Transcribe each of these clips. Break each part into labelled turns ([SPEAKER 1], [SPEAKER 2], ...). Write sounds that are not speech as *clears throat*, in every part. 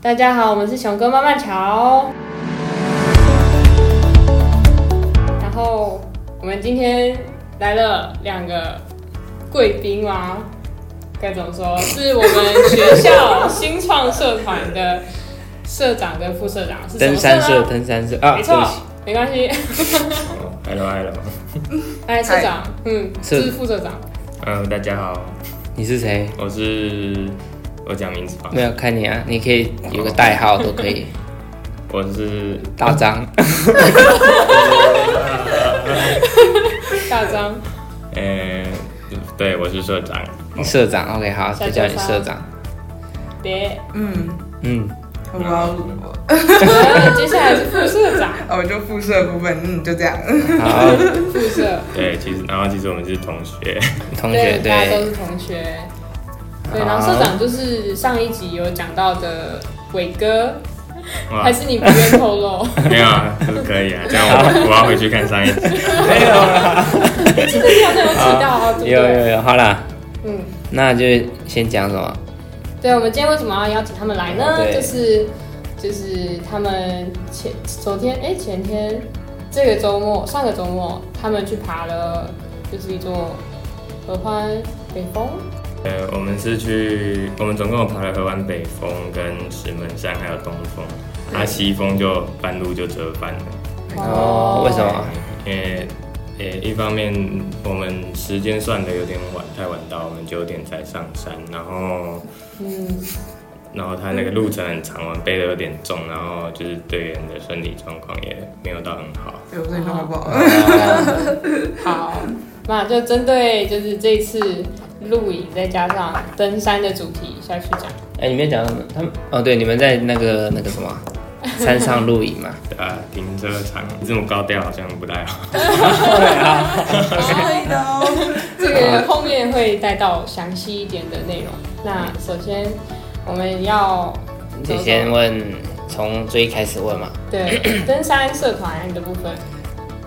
[SPEAKER 1] 大家好，我们是熊哥慢慢瞧。然后我们今天来了两个贵宾吗？该怎么说？是我们学校新创社团的社长跟副社长，是什么
[SPEAKER 2] 登山
[SPEAKER 1] 社
[SPEAKER 2] 社，
[SPEAKER 1] 呢？
[SPEAKER 2] 登山社啊，
[SPEAKER 1] 没
[SPEAKER 2] 对
[SPEAKER 1] 错
[SPEAKER 2] 不起，
[SPEAKER 1] 没关系。
[SPEAKER 3] Hello Hello，
[SPEAKER 1] 哎，社长，嗯，
[SPEAKER 2] 社
[SPEAKER 1] 是副社长。
[SPEAKER 3] 嗯， *laughs* 大家好，
[SPEAKER 2] 你是谁？
[SPEAKER 3] 我是我讲名字吧
[SPEAKER 2] 没，有看你啊，你可以有个代号都可以，
[SPEAKER 3] 我是
[SPEAKER 1] *laughs*
[SPEAKER 2] 大张。
[SPEAKER 1] 大张，
[SPEAKER 3] 嗯、对，我是社长，
[SPEAKER 2] 你社长，OK，好，
[SPEAKER 1] 小
[SPEAKER 2] 就叫你
[SPEAKER 1] 周三
[SPEAKER 2] 社长。
[SPEAKER 1] 别。
[SPEAKER 4] 嗯，
[SPEAKER 2] 嗯，
[SPEAKER 4] 我不知道我
[SPEAKER 1] 然后接下来是副社长，
[SPEAKER 4] 哦，就副社的部分，嗯，就这样。
[SPEAKER 2] 好，
[SPEAKER 1] 副社，
[SPEAKER 3] 对，其实然后其实我们是同学， *laughs*
[SPEAKER 2] 同学，
[SPEAKER 1] 大家都
[SPEAKER 2] 对，
[SPEAKER 1] 是同学。对，然后社长就是上一集有讲到的伟哥，
[SPEAKER 2] 啊
[SPEAKER 3] 哇
[SPEAKER 1] 还，是你不愿透
[SPEAKER 2] *laughs*
[SPEAKER 1] 露？
[SPEAKER 3] 没有啊，这是可以啊，这样我我要回去看上一集，
[SPEAKER 2] 没有啦，
[SPEAKER 1] 是不是上次有提到啊？对不对
[SPEAKER 2] 有有有，好啦，
[SPEAKER 1] 嗯，
[SPEAKER 2] 那就先讲什么？
[SPEAKER 1] 对，我们今天为什么要邀请他们来呢？
[SPEAKER 2] 对
[SPEAKER 1] 就是就是他们前昨天哎前天这个周末上个周末他们去爬了就是一座合欢北峰，
[SPEAKER 3] 呃，我们是去，我们总共有爬了河湾北峰、跟石门山还有东峰，啊，西峰就半路就折返了，
[SPEAKER 2] 哦，为什么？
[SPEAKER 3] 因为呃，一方面我们时间算的有点晚，太晚到，我们九点才上山，然后
[SPEAKER 1] 嗯，
[SPEAKER 3] 然后它那个路程很长，我们背的有点重，然后就是队员的身体状况也没有到很好。
[SPEAKER 4] 对，我最近好不好？
[SPEAKER 2] 哦
[SPEAKER 1] 好，那就针对就是这一次露营再加上登山的主题下去讲。
[SPEAKER 2] 哎，你没讲什么？他们哦，对，你们在那个那
[SPEAKER 1] *laughs*
[SPEAKER 2] 个什么山上露营嘛？
[SPEAKER 3] 啊，停车场这么高调好像不太好。
[SPEAKER 4] *laughs* 可以的哦。
[SPEAKER 1] 这个后面会带到详细一点的内容。那首先我们要
[SPEAKER 2] 就先问，从最开始问嘛，
[SPEAKER 1] 对登山社团的部分，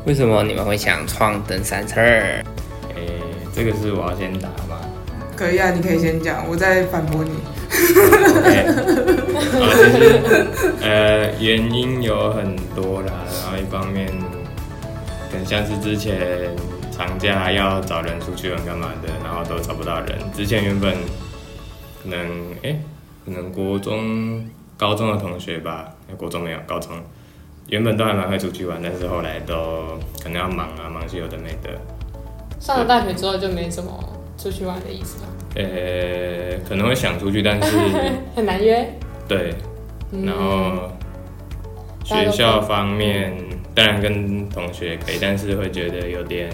[SPEAKER 2] 为什么你们会想创登
[SPEAKER 1] *laughs*
[SPEAKER 2] 山社？
[SPEAKER 3] 诶、这个是我要先打吗？
[SPEAKER 4] 可以啊，你可以先讲，我再反驳你。
[SPEAKER 3] OK，啊，其实呃原因有很多啦，然后一方面可能像是之前长假要找人出去玩干嘛的，然后都找不到人。之前原本可能诶，可能国中、高中的同学吧，诶国中没有，高中原本都还蛮会出去玩，但是后来都可能要忙啊，忙些有的没的。
[SPEAKER 1] 上了大学之后就没什么出去玩的意思了，
[SPEAKER 3] 呃，可能会想出去，但是
[SPEAKER 1] 很难约。
[SPEAKER 3] 对，然后
[SPEAKER 1] 大家
[SPEAKER 3] 学
[SPEAKER 1] 都
[SPEAKER 3] 校方面，当然跟同学可以，但是会觉得有点，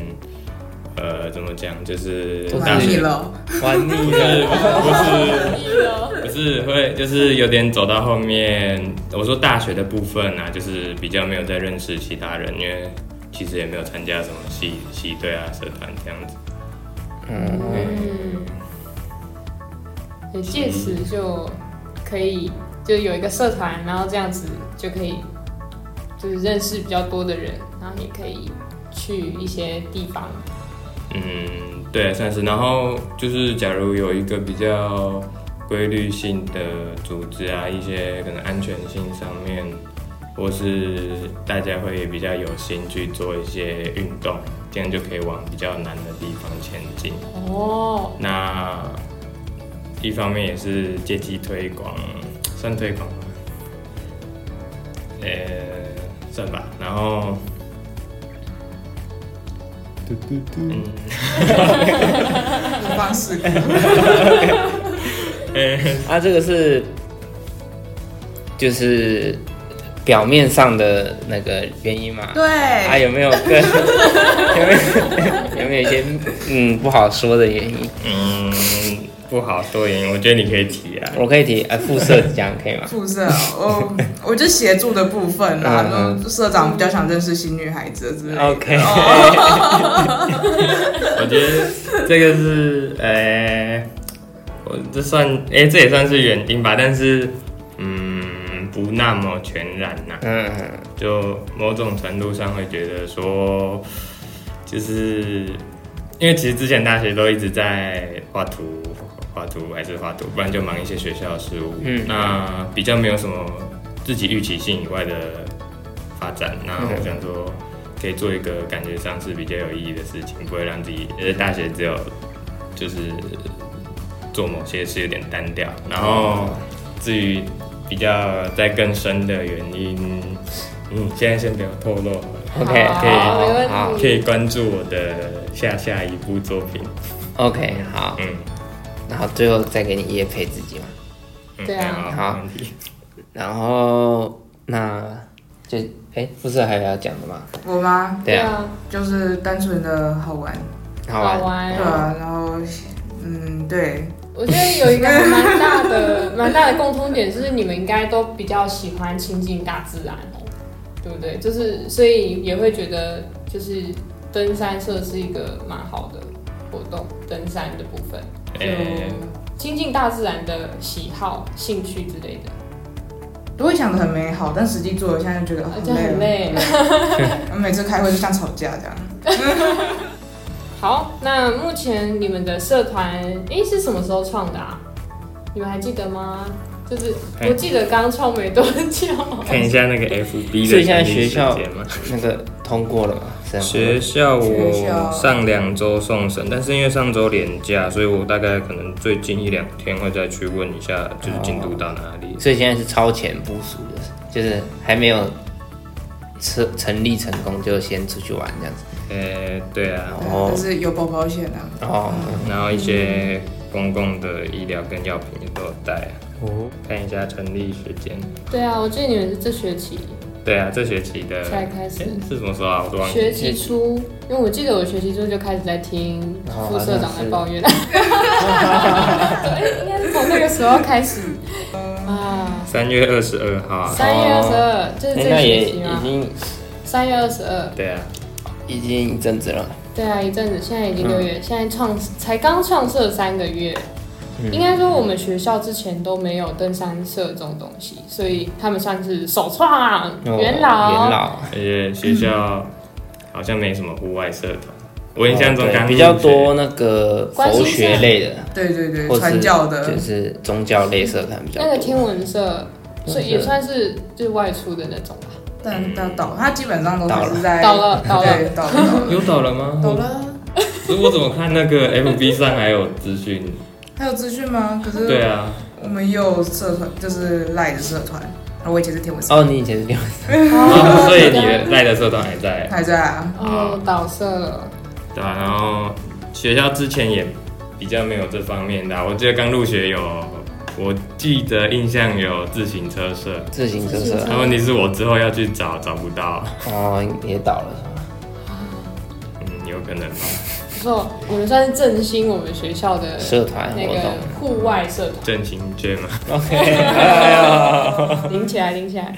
[SPEAKER 3] 呃，怎么讲，就是
[SPEAKER 2] 就
[SPEAKER 3] 大
[SPEAKER 4] 满意
[SPEAKER 3] 学
[SPEAKER 4] 了，
[SPEAKER 2] 玩腻
[SPEAKER 3] 不是不
[SPEAKER 1] 可以了
[SPEAKER 3] 是不是会就是有点走到后面，我说大学的部分啊，就是比较没有在认识其他人，因为其实也没有参加什么系系队啊、社团这样子。
[SPEAKER 1] 嗯，也借此就可以就有一个社团，然后这样子就可以就是认识比较多的人，然后也可以去一些地方。
[SPEAKER 3] 嗯，对，算是。然后就是，假如有一个比较规律性的组织啊，一些可能安全性上面，或是大家会比较有心去做一些运动，这样就可以往比较难的地方前进。
[SPEAKER 1] 哦，
[SPEAKER 3] 那一方面也是借机推广，算推广吗？呃、算吧。然后，嗯。
[SPEAKER 4] 很棒是。
[SPEAKER 2] 啊，这个是就是表面上的那个原因嘛？啊，
[SPEAKER 4] 对，
[SPEAKER 2] 有没有
[SPEAKER 1] *laughs*
[SPEAKER 2] 更有没有有没有一些嗯不好说的原因？
[SPEAKER 3] 嗯，不好说原因，我觉得你可以提啊。
[SPEAKER 2] 我可以提呃副社讲可以吗？
[SPEAKER 4] 副社，我我就协助的部分啦
[SPEAKER 2] 嗯，哦
[SPEAKER 4] 就社长比较想认识新女孩子之类的。
[SPEAKER 2] OK
[SPEAKER 3] *laughs*
[SPEAKER 1] 哦
[SPEAKER 3] 我觉得这个是，呃、我这算，哎、这也算是原因吧，但是，嗯，不那么全然啊呐、
[SPEAKER 2] 嗯，
[SPEAKER 3] 就某种程度上会觉得说，就是因为其实之前大学都一直在画图、画图还是画图，不然就忙一些学校的事务。
[SPEAKER 2] 嗯
[SPEAKER 3] 那比较没有什么自己预期性以外的发展，那我想说可以做一个感觉上是比较有意义的事情，不会让自己呃大学只有就是做某些事有点单调。然后至于比较在更深的原因，嗯，现在先不要透露好
[SPEAKER 2] *laughs*
[SPEAKER 3] 了。
[SPEAKER 2] OK，
[SPEAKER 1] 好
[SPEAKER 3] 可以
[SPEAKER 1] 没问题
[SPEAKER 2] 好
[SPEAKER 3] 可以关注我的下下一部作品。
[SPEAKER 2] OK，好，
[SPEAKER 3] 嗯，
[SPEAKER 2] 然后最后再给你夜配自己嘛。
[SPEAKER 3] 嗯
[SPEAKER 1] 对啊
[SPEAKER 3] 好，没问题。
[SPEAKER 2] 然后那就哎，不是还有要讲的吗？
[SPEAKER 4] 我吗？
[SPEAKER 2] 对啊，，
[SPEAKER 4] 就是单纯的好玩，
[SPEAKER 2] 好
[SPEAKER 1] 好
[SPEAKER 2] 玩，
[SPEAKER 1] 玩
[SPEAKER 4] 对。啊，然后嗯，对，
[SPEAKER 1] 我觉得有一个还蛮大的、蛮大的共通点，就是你们应该都比较喜欢亲近大自然哦，对不对？就是所以也会觉得，就是登山社是一个蛮好的活动，登山的部分，就
[SPEAKER 3] 诶，
[SPEAKER 1] 亲近大自然的喜好、兴趣之类的，
[SPEAKER 4] 都会想的很美好，但实际做我现在就觉得
[SPEAKER 1] 而
[SPEAKER 4] 很
[SPEAKER 1] 且
[SPEAKER 4] 累，
[SPEAKER 1] 很。累。
[SPEAKER 4] 我 *laughs* 每次开会就像吵架这样。
[SPEAKER 1] 好，那目前你们的社团，诶，是什么时候创的啊？你们还记得吗？就是
[SPEAKER 3] 哎
[SPEAKER 1] 我记得刚创没多久，
[SPEAKER 3] 看一下那个 FB
[SPEAKER 2] 所
[SPEAKER 3] 的
[SPEAKER 2] 以现在
[SPEAKER 3] 成
[SPEAKER 2] 学
[SPEAKER 3] 立
[SPEAKER 2] 校
[SPEAKER 3] 时间吗
[SPEAKER 2] 那个通过了嘛？是吗
[SPEAKER 3] 学校
[SPEAKER 4] 学校
[SPEAKER 3] 我上两周送审，但是因为上周连假，所以我大概可能最近一两天会再去问一下，就是进度到哪里。
[SPEAKER 2] 所以现在是超前部署的，就是还没有成成立成功就先出去玩这样子。
[SPEAKER 3] 诶，对啊，
[SPEAKER 2] 哦
[SPEAKER 4] 但是有保保险啊，
[SPEAKER 2] 哦
[SPEAKER 3] 然后一些公共的医疗跟药品也都有带。哦，看一下成立时间。
[SPEAKER 1] 对啊，我记得你们是这学期
[SPEAKER 3] 对啊，这学期的
[SPEAKER 1] 才开始
[SPEAKER 3] 诶是什么时候啊？我都忘记
[SPEAKER 1] 学
[SPEAKER 3] 了。
[SPEAKER 1] 期初，因为我记得我学期初就开始在听
[SPEAKER 2] 哦
[SPEAKER 1] 副社长在抱怨， *laughs* 对，应该是从那个时候开始啊，
[SPEAKER 3] 三月二十二号啊。
[SPEAKER 1] 三月二十二就是
[SPEAKER 2] 那
[SPEAKER 1] 这
[SPEAKER 2] 那
[SPEAKER 1] 个
[SPEAKER 2] 也
[SPEAKER 1] 学期
[SPEAKER 2] 已
[SPEAKER 1] 嘛，
[SPEAKER 2] 经
[SPEAKER 1] 三月二十二，
[SPEAKER 3] 对啊，
[SPEAKER 2] 已经一阵子了，
[SPEAKER 1] 对啊，一阵子，现在已经
[SPEAKER 2] 嗯
[SPEAKER 1] 六月，现在创才刚创设三个月，
[SPEAKER 2] 嗯
[SPEAKER 1] 应该说我们学校之前都没有登山社这种东西，所以他们算是首创啊
[SPEAKER 2] 哦
[SPEAKER 1] 元老，
[SPEAKER 2] 元老，
[SPEAKER 3] 而且学校好像没什么户外社团。我印象中
[SPEAKER 2] 嗯哦对
[SPEAKER 3] 刚
[SPEAKER 2] 比较多那个佛学类的，
[SPEAKER 4] 对对对，
[SPEAKER 2] 或
[SPEAKER 4] 传
[SPEAKER 2] 是
[SPEAKER 4] 教的
[SPEAKER 2] 就，是宗教类社团比较
[SPEAKER 1] 嗯那个
[SPEAKER 2] 多。
[SPEAKER 1] 天文社，所以也算是就是外出的那种吧，
[SPEAKER 4] 但他倒，他基本上都还是在
[SPEAKER 1] 倒了倒了。
[SPEAKER 4] 对，倒了，
[SPEAKER 3] 有倒了吗？
[SPEAKER 4] 倒了，倒了。
[SPEAKER 3] 我我怎么看那个 FB 上还有资讯？
[SPEAKER 4] 还有资讯吗？可
[SPEAKER 2] 嗯
[SPEAKER 3] 对
[SPEAKER 4] 是
[SPEAKER 3] 啊，
[SPEAKER 4] 我们也有社团，就是赖的社团，然后我以前是天文社，
[SPEAKER 2] 哦，你以前是天文 *laughs* 嗯
[SPEAKER 3] 啊所以你的赖的社团还在，
[SPEAKER 4] 还在啊。
[SPEAKER 1] 哦，倒社了，
[SPEAKER 3] 对啊，然后学校之前也比较没有这方面的啊、我记得刚入学有，我记得印象有自行车社，
[SPEAKER 2] 自行车
[SPEAKER 1] 自行
[SPEAKER 2] 社
[SPEAKER 1] 车，
[SPEAKER 3] 那问题是我之后要去找找不到，
[SPEAKER 2] 哦，也倒了是吧？
[SPEAKER 3] 嗯，有可能吧。
[SPEAKER 1] 不错，我们算是振兴我们学校的
[SPEAKER 2] 社团活
[SPEAKER 1] 那个
[SPEAKER 2] 动
[SPEAKER 1] 户外社团，
[SPEAKER 3] 振兴券嘛，
[SPEAKER 2] ，OK，哎呀
[SPEAKER 1] 拎起来拎起来，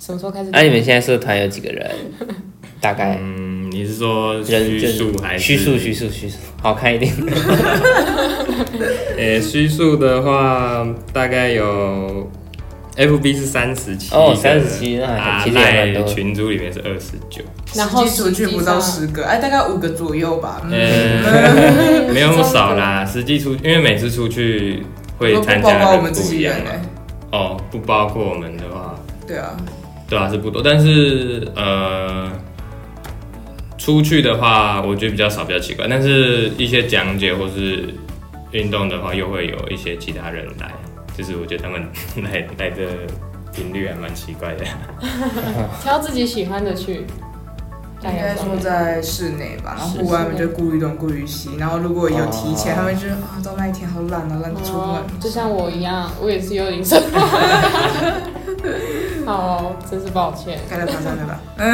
[SPEAKER 1] 什么时候开始？
[SPEAKER 2] 啊
[SPEAKER 3] 哎
[SPEAKER 2] 那你们现在社团有几个人？
[SPEAKER 1] *laughs*
[SPEAKER 2] 大概
[SPEAKER 3] 嗯，你是说
[SPEAKER 2] 人
[SPEAKER 3] 虚数还是
[SPEAKER 2] 虚数？虚数虚数，好看一点。
[SPEAKER 3] 呃，虚数的话大概有，FB 是三十七
[SPEAKER 2] 哦37那还
[SPEAKER 3] 啊，
[SPEAKER 2] 其实也蛮
[SPEAKER 3] 赖
[SPEAKER 2] 多
[SPEAKER 3] 群组里面是二十九，
[SPEAKER 1] 然后
[SPEAKER 4] 实际数据不到
[SPEAKER 1] 实
[SPEAKER 4] 十个，哎，大概五个左右吧。
[SPEAKER 3] 哎
[SPEAKER 4] 嗯，
[SPEAKER 3] 呃，
[SPEAKER 1] 际上，嗯
[SPEAKER 3] 没
[SPEAKER 4] *laughs*
[SPEAKER 3] 有那么少啦。实际出，因为每次出去会
[SPEAKER 4] 都不
[SPEAKER 3] 参
[SPEAKER 4] 包
[SPEAKER 3] 加
[SPEAKER 4] 括
[SPEAKER 3] 的
[SPEAKER 4] 我们自
[SPEAKER 3] 不
[SPEAKER 4] 己
[SPEAKER 3] 一样啊
[SPEAKER 4] 人哎
[SPEAKER 3] 嘛。。哦，不包括我们的话，
[SPEAKER 4] 对啊，
[SPEAKER 3] 对啊是不多，但是呃，出去的话我觉得比较少，比较奇怪。但是一些讲解或是运动的话，又会有一些其他人来，就是我觉得他们 *laughs* 来来的频率还蛮奇怪的。
[SPEAKER 1] 挑自己喜欢的去，
[SPEAKER 4] 应
[SPEAKER 1] 加
[SPEAKER 4] 该
[SPEAKER 1] 油！
[SPEAKER 4] 说在室内吧，然后户外我们就顾虑东顾虑西，然后如果有提前，
[SPEAKER 2] 哦
[SPEAKER 4] 他们就啊到那一天好懒啊，懒得出
[SPEAKER 1] 哦
[SPEAKER 4] 门。，
[SPEAKER 1] 就像我一样，我也是幽灵社团。 *laughs* 好哦，真是抱歉。
[SPEAKER 4] 该来爬山了吧？
[SPEAKER 1] 嗯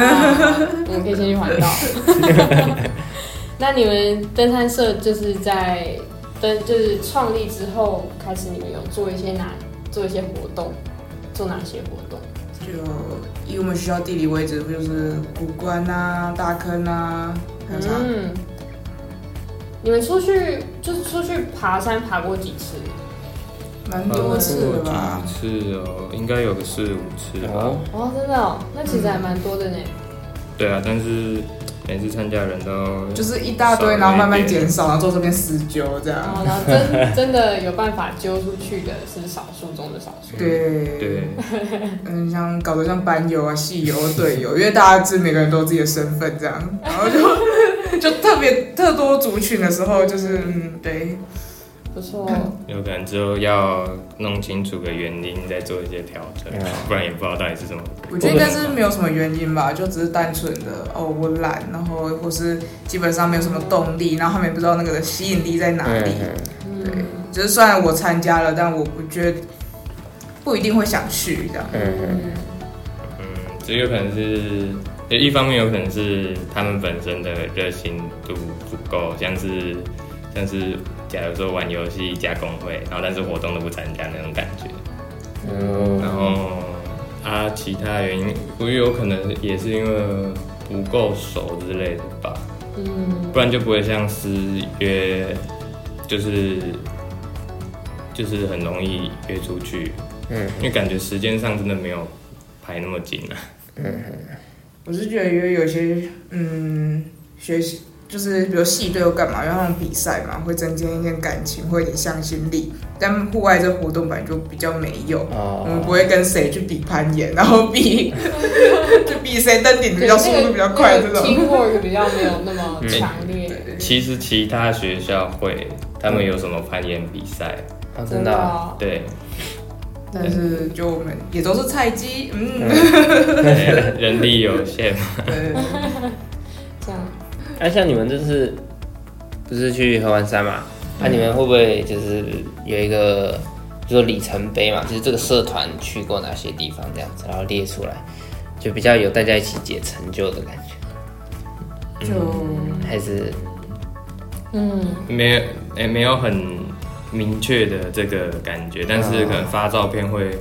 [SPEAKER 1] 我们可以先去环岛。 *laughs* 那你们登山社就是在登就是创立之后开始，你们有做一些哪做一些活动，做哪些活动？
[SPEAKER 4] 就以我们学校地理位置，不就是古关啊、大坑啊，还有啥？
[SPEAKER 1] 嗯，你们出去就是出去爬山爬过几次？
[SPEAKER 4] 蛮多次的吧？
[SPEAKER 3] 哦几次哦，应该有个四五次吧。
[SPEAKER 2] 哦，
[SPEAKER 1] 哦，真的哦，那其实还蛮多的呢。
[SPEAKER 3] 对啊，但是每次参加的人都
[SPEAKER 4] 就是一大堆，然后慢慢减少，然后做这边死揪这
[SPEAKER 1] 然
[SPEAKER 4] 样。
[SPEAKER 1] 后然后
[SPEAKER 4] *laughs*
[SPEAKER 1] 真真的有办法揪出去的是少数中的少数。
[SPEAKER 4] 对，
[SPEAKER 3] 对，
[SPEAKER 4] 嗯，像搞得像班友啊、系友、队友，因为大家是每个人都有自己的身份这样，然后就就特别特多族群的时候，就是嗯，对，
[SPEAKER 1] 不错，
[SPEAKER 3] 有可能之后要弄清楚个原因，再做一些调整
[SPEAKER 2] 嗯，
[SPEAKER 3] 不然也不知道到底是什么。
[SPEAKER 4] 啊我觉得应该是没有什么原因吧，就只是单纯的哦，我懒，然后或是基本上没有什么动力，然后他们也不知道那个的吸引力在哪里。对
[SPEAKER 1] 嗯，
[SPEAKER 4] 只是虽然我参加了，但我不觉得不一定会想去这样。
[SPEAKER 2] 嗯
[SPEAKER 1] 嗯
[SPEAKER 3] 嗯，这有可能是，也一方面有可能是他们本身的热心度不够，像是像是假如说玩游戏加工会，然后但是活动都不参加那种感觉。
[SPEAKER 2] 嗯，
[SPEAKER 3] 然后啊，其他原因，我有可能也是因为不够熟之类的吧，
[SPEAKER 1] 嗯，
[SPEAKER 3] 不然就不会像私约，就是就是很容易约出去，
[SPEAKER 2] 嗯，
[SPEAKER 3] 因为感觉时间上真的没有排那么紧啊。
[SPEAKER 4] 我是觉得因为有些嗯学习。就是比如系队又干嘛，然后那种比赛嘛，会增添一点感情，会有点向心力。但户外这活动本来就比较没有，我们不
[SPEAKER 2] 哦，
[SPEAKER 4] 会跟谁去比攀岩，然后比 *laughs* 就比谁登顶比较速度比较快这种。嗯
[SPEAKER 1] teamwork 比较没有那
[SPEAKER 4] *laughs*
[SPEAKER 1] 么强烈，
[SPEAKER 3] 其实其他学校会，他们有什么攀岩比赛？
[SPEAKER 2] 哦真
[SPEAKER 1] 真的
[SPEAKER 2] 的哦，
[SPEAKER 1] 哦。
[SPEAKER 3] 对，
[SPEAKER 4] 但是就我们也都是菜鸡，嗯，
[SPEAKER 3] 人力有限嘛，
[SPEAKER 4] 对，
[SPEAKER 1] 这样
[SPEAKER 2] 那哎像你们这次不是去合欢山嘛？
[SPEAKER 1] 嗯
[SPEAKER 2] 那你们会不会就是有一个，比如说里程碑嘛，就是这个社团去过哪些地方这样子，然后列出来，就比较有大家一起解成就的感觉，
[SPEAKER 4] 就
[SPEAKER 2] 还是
[SPEAKER 1] 嗯，
[SPEAKER 3] 没有，哎、没有很明确的这个感觉，但是可能发照片会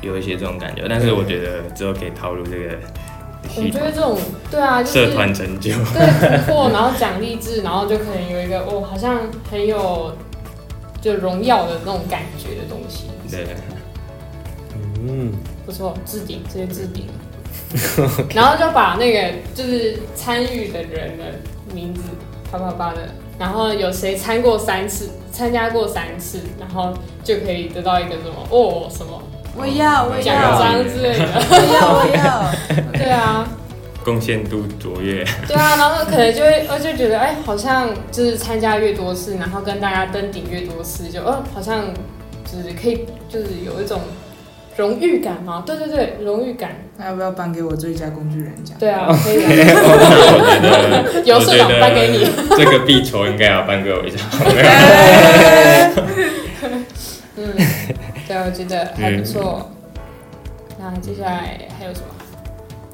[SPEAKER 3] 有一些这种感觉，但是我觉得之后可以套入这个
[SPEAKER 1] 我
[SPEAKER 3] 系
[SPEAKER 1] 觉
[SPEAKER 3] 统
[SPEAKER 1] 得这种对啊，就是
[SPEAKER 3] 社团成就。
[SPEAKER 1] 对突破，然后奖励制，然后就可能有一个哦，好像很有就荣耀的那种感觉的东西，
[SPEAKER 3] 对，
[SPEAKER 2] 嗯，
[SPEAKER 1] 不错，置顶直接置
[SPEAKER 3] *laughs*
[SPEAKER 1] 顶，然后就把那个就是参与的人的名字啪啪啪的，然后有谁参过三次，参加过三次，然后就可以得到一个什么哦什么
[SPEAKER 4] 我要，我
[SPEAKER 1] 奖
[SPEAKER 4] 要，
[SPEAKER 1] 章之类
[SPEAKER 3] 哎
[SPEAKER 1] 的，
[SPEAKER 4] 我要，我要。
[SPEAKER 1] *laughs* 对啊。
[SPEAKER 3] 贡献度卓越，
[SPEAKER 1] 对啊，然后可能就会，我就觉得，哎，好像就是参加越多次，然后跟大家登顶越多次，就，哦，好像就是可以，就是有一种荣誉感嘛。对对对，荣誉感。
[SPEAKER 4] 那要不要颁给我最佳工具人奖？
[SPEAKER 1] 对啊， *laughs* 可以啊。由
[SPEAKER 3] 我
[SPEAKER 1] 社
[SPEAKER 3] 觉
[SPEAKER 1] 长
[SPEAKER 3] 得
[SPEAKER 1] 颁给你。
[SPEAKER 3] 这个必酬应该要颁给我一下。
[SPEAKER 1] 嗯，对，我觉得还不错。嗯那接下来还有什么？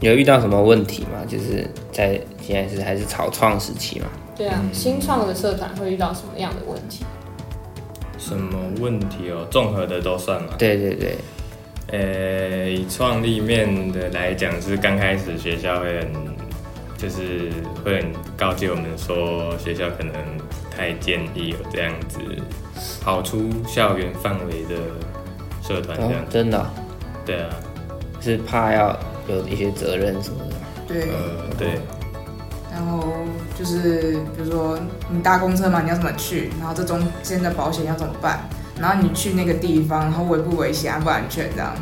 [SPEAKER 2] 有遇到什么问题吗？就是在现在是还是草创时期嘛？
[SPEAKER 1] 对啊，新创的社团会遇到什么样的问题？
[SPEAKER 3] 什么问题哦？综合的都算
[SPEAKER 1] 啊
[SPEAKER 3] 嘛。
[SPEAKER 2] 对对对，
[SPEAKER 3] 呃，以创立面的来讲，是刚开始学校会很，就是会很告诫我们说，学校可能不太建议有这样子跑出校园范围的社团这样
[SPEAKER 2] 哦，
[SPEAKER 3] 子。
[SPEAKER 2] 真的哦、
[SPEAKER 3] 对啊，
[SPEAKER 2] 是怕要有一些责任什么的吗。
[SPEAKER 4] 对，
[SPEAKER 3] 呃，对，
[SPEAKER 4] 然后就是比如说你搭公车嘛，你要怎么去？然后这中间的保险要怎么办？然后你去那个地方，然后危不危险、安不安全这样？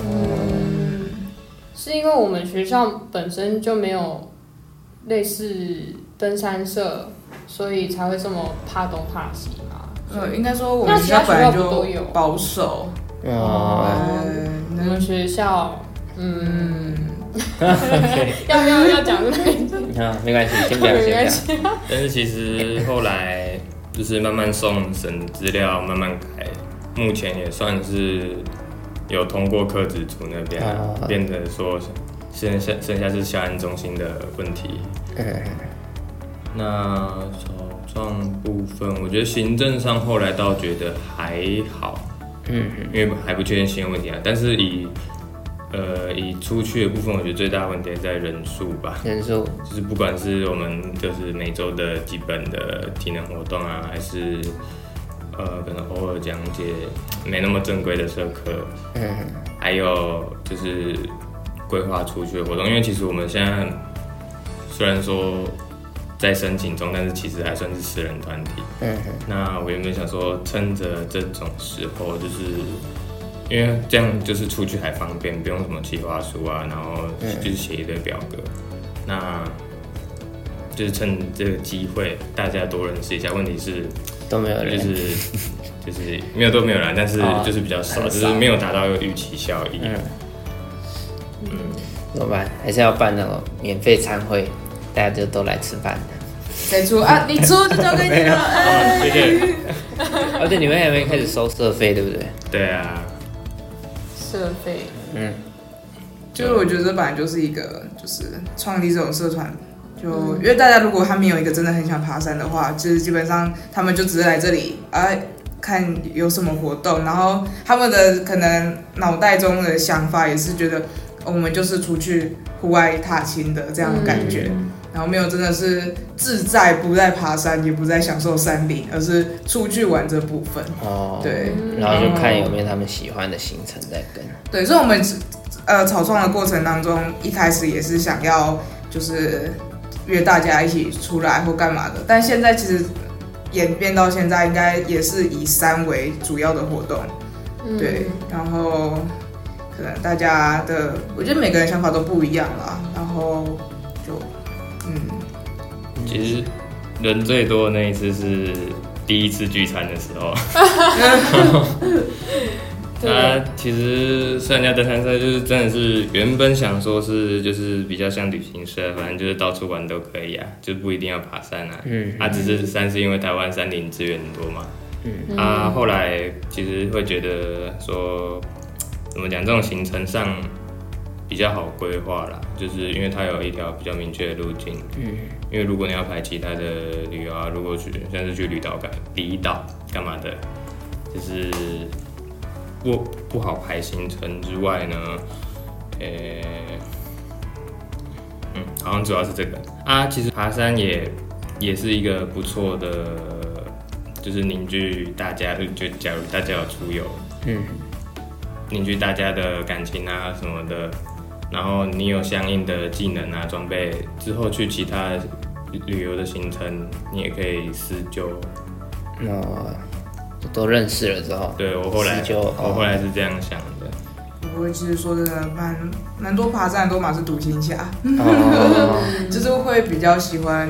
[SPEAKER 1] 嗯，是因为我们学校本身就没有类似登山社，所以才会这么怕东怕西嘛。
[SPEAKER 4] 呃，应该说我
[SPEAKER 1] 那
[SPEAKER 4] 们
[SPEAKER 1] 其
[SPEAKER 4] 学
[SPEAKER 1] 他
[SPEAKER 4] 校本来
[SPEAKER 1] 学校不都
[SPEAKER 4] 就
[SPEAKER 1] 有
[SPEAKER 4] 保守，
[SPEAKER 2] 哦，
[SPEAKER 4] 呃，
[SPEAKER 1] 我
[SPEAKER 4] 那
[SPEAKER 1] 嗯们学校，嗯，
[SPEAKER 4] 嗯，
[SPEAKER 1] 要不要要讲这个？
[SPEAKER 2] 啊，没关系，先不要，
[SPEAKER 1] *laughs* 没
[SPEAKER 2] 先不
[SPEAKER 1] 关
[SPEAKER 2] 要。
[SPEAKER 1] 系。
[SPEAKER 3] 但是其实后来就是慢慢送审资料，慢慢改，目前也算是有通过科职组那边
[SPEAKER 2] 啊，
[SPEAKER 3] 变得说剩下剩下是校安中心的问题。
[SPEAKER 2] 嗯
[SPEAKER 3] 那草创部分，我觉得行政上后来倒觉得还好，
[SPEAKER 2] 嗯，
[SPEAKER 3] 因为还不确定新的问题啊。但是以呃以出去的部分，我觉得最大问题还在人数吧。
[SPEAKER 2] 人数
[SPEAKER 3] 就是不管是我们就是每周的基本的体能活动啊，还是呃可能偶尔讲解没那么正规的社科，
[SPEAKER 2] 嗯
[SPEAKER 3] 还有就是规划出去的活动，因为其实我们现在虽然说在申请中，但是其实还算是私人团体。
[SPEAKER 2] 嗯哼，
[SPEAKER 3] 那我原本想说，趁着这种时候，就是因为这样就是出去还方便，不用什么计划书啊，然后
[SPEAKER 2] 嗯
[SPEAKER 3] 就是写一堆表格。那就是趁这个机会，大家多认识一下。问题是，
[SPEAKER 2] 都没有
[SPEAKER 3] 就
[SPEAKER 2] 人，
[SPEAKER 3] 是就是没有都没有来，但是
[SPEAKER 2] 哦
[SPEAKER 3] 就是比较少，
[SPEAKER 2] 很
[SPEAKER 3] 就
[SPEAKER 2] 少
[SPEAKER 3] 是没有达到预期效益。
[SPEAKER 2] 嗯，怎么办？还是要办那种免费餐会，大家就都来吃饭。 *laughs*
[SPEAKER 4] 谁出啊？你出就交给你了。哎，
[SPEAKER 3] 谢谢。
[SPEAKER 2] 而哦且你们还没开始收社费，对不对？
[SPEAKER 3] 对啊，
[SPEAKER 1] 社费，
[SPEAKER 4] 就是我觉得这本来就是一个，就是创立这种社团，就、因为大家如果他们有一个真的很想爬山的话，就是基本上他们就只是来这里啊。看有什么活动，然后他们的可能脑袋中的想法也是觉得哦我们就是出去户外踏青的这样的感觉，然后没有真的是自在不在爬山，也不在享受山林，而是出去玩这部分。
[SPEAKER 2] 哦，，
[SPEAKER 4] 对，
[SPEAKER 1] 嗯
[SPEAKER 2] 然后就看有没有他们喜欢的行程在跟。
[SPEAKER 4] 对，所以我们呃草创的过程当中，一开始也是想要就是约大家一起出来或干嘛的，但现在其实演变到现在，应该也是以山为主要的活动，
[SPEAKER 1] 嗯
[SPEAKER 4] 对，然后可能大家的，我觉得每个人想法都不一样啦，然后就嗯，
[SPEAKER 3] 其实人最多的那一次是第一次聚餐的时候。那
[SPEAKER 1] 对，
[SPEAKER 3] 其实参加登山车就是真的是原本想说是就是比较像旅行社，反正就是到处玩都可以啊，就不一定要爬山啊。
[SPEAKER 2] 嗯
[SPEAKER 3] 啊，只是山是因为台湾山林资源很多嘛。嗯。啊，后来其实会觉得说，怎么讲，这种行程上比较好规划啦，就是因为它有一条比较明确的路径。
[SPEAKER 2] 嗯，
[SPEAKER 3] 因为如果你要排其他的旅游啊，如果去像是去绿岛干离岛干嘛的，就是不不好排行程之外呢，呃、嗯，好像主要是这个啊。其实爬山也也是一个不错的，就是凝聚大家，就假如大家有出游，
[SPEAKER 2] 嗯，
[SPEAKER 3] 凝聚大家的感情啊什么的，然后你有相应的技能啊装备，之后去其他旅游的行程，你也可以施救。
[SPEAKER 2] 那就哦都认识了之后，
[SPEAKER 3] 对我后来
[SPEAKER 2] 施，救
[SPEAKER 1] 哦
[SPEAKER 3] 我后来是这样想的。
[SPEAKER 4] 不过其实说真的，蛮蛮多爬山的都嘛是独行侠。
[SPEAKER 2] 哦，
[SPEAKER 4] *laughs* 就是会比较喜欢，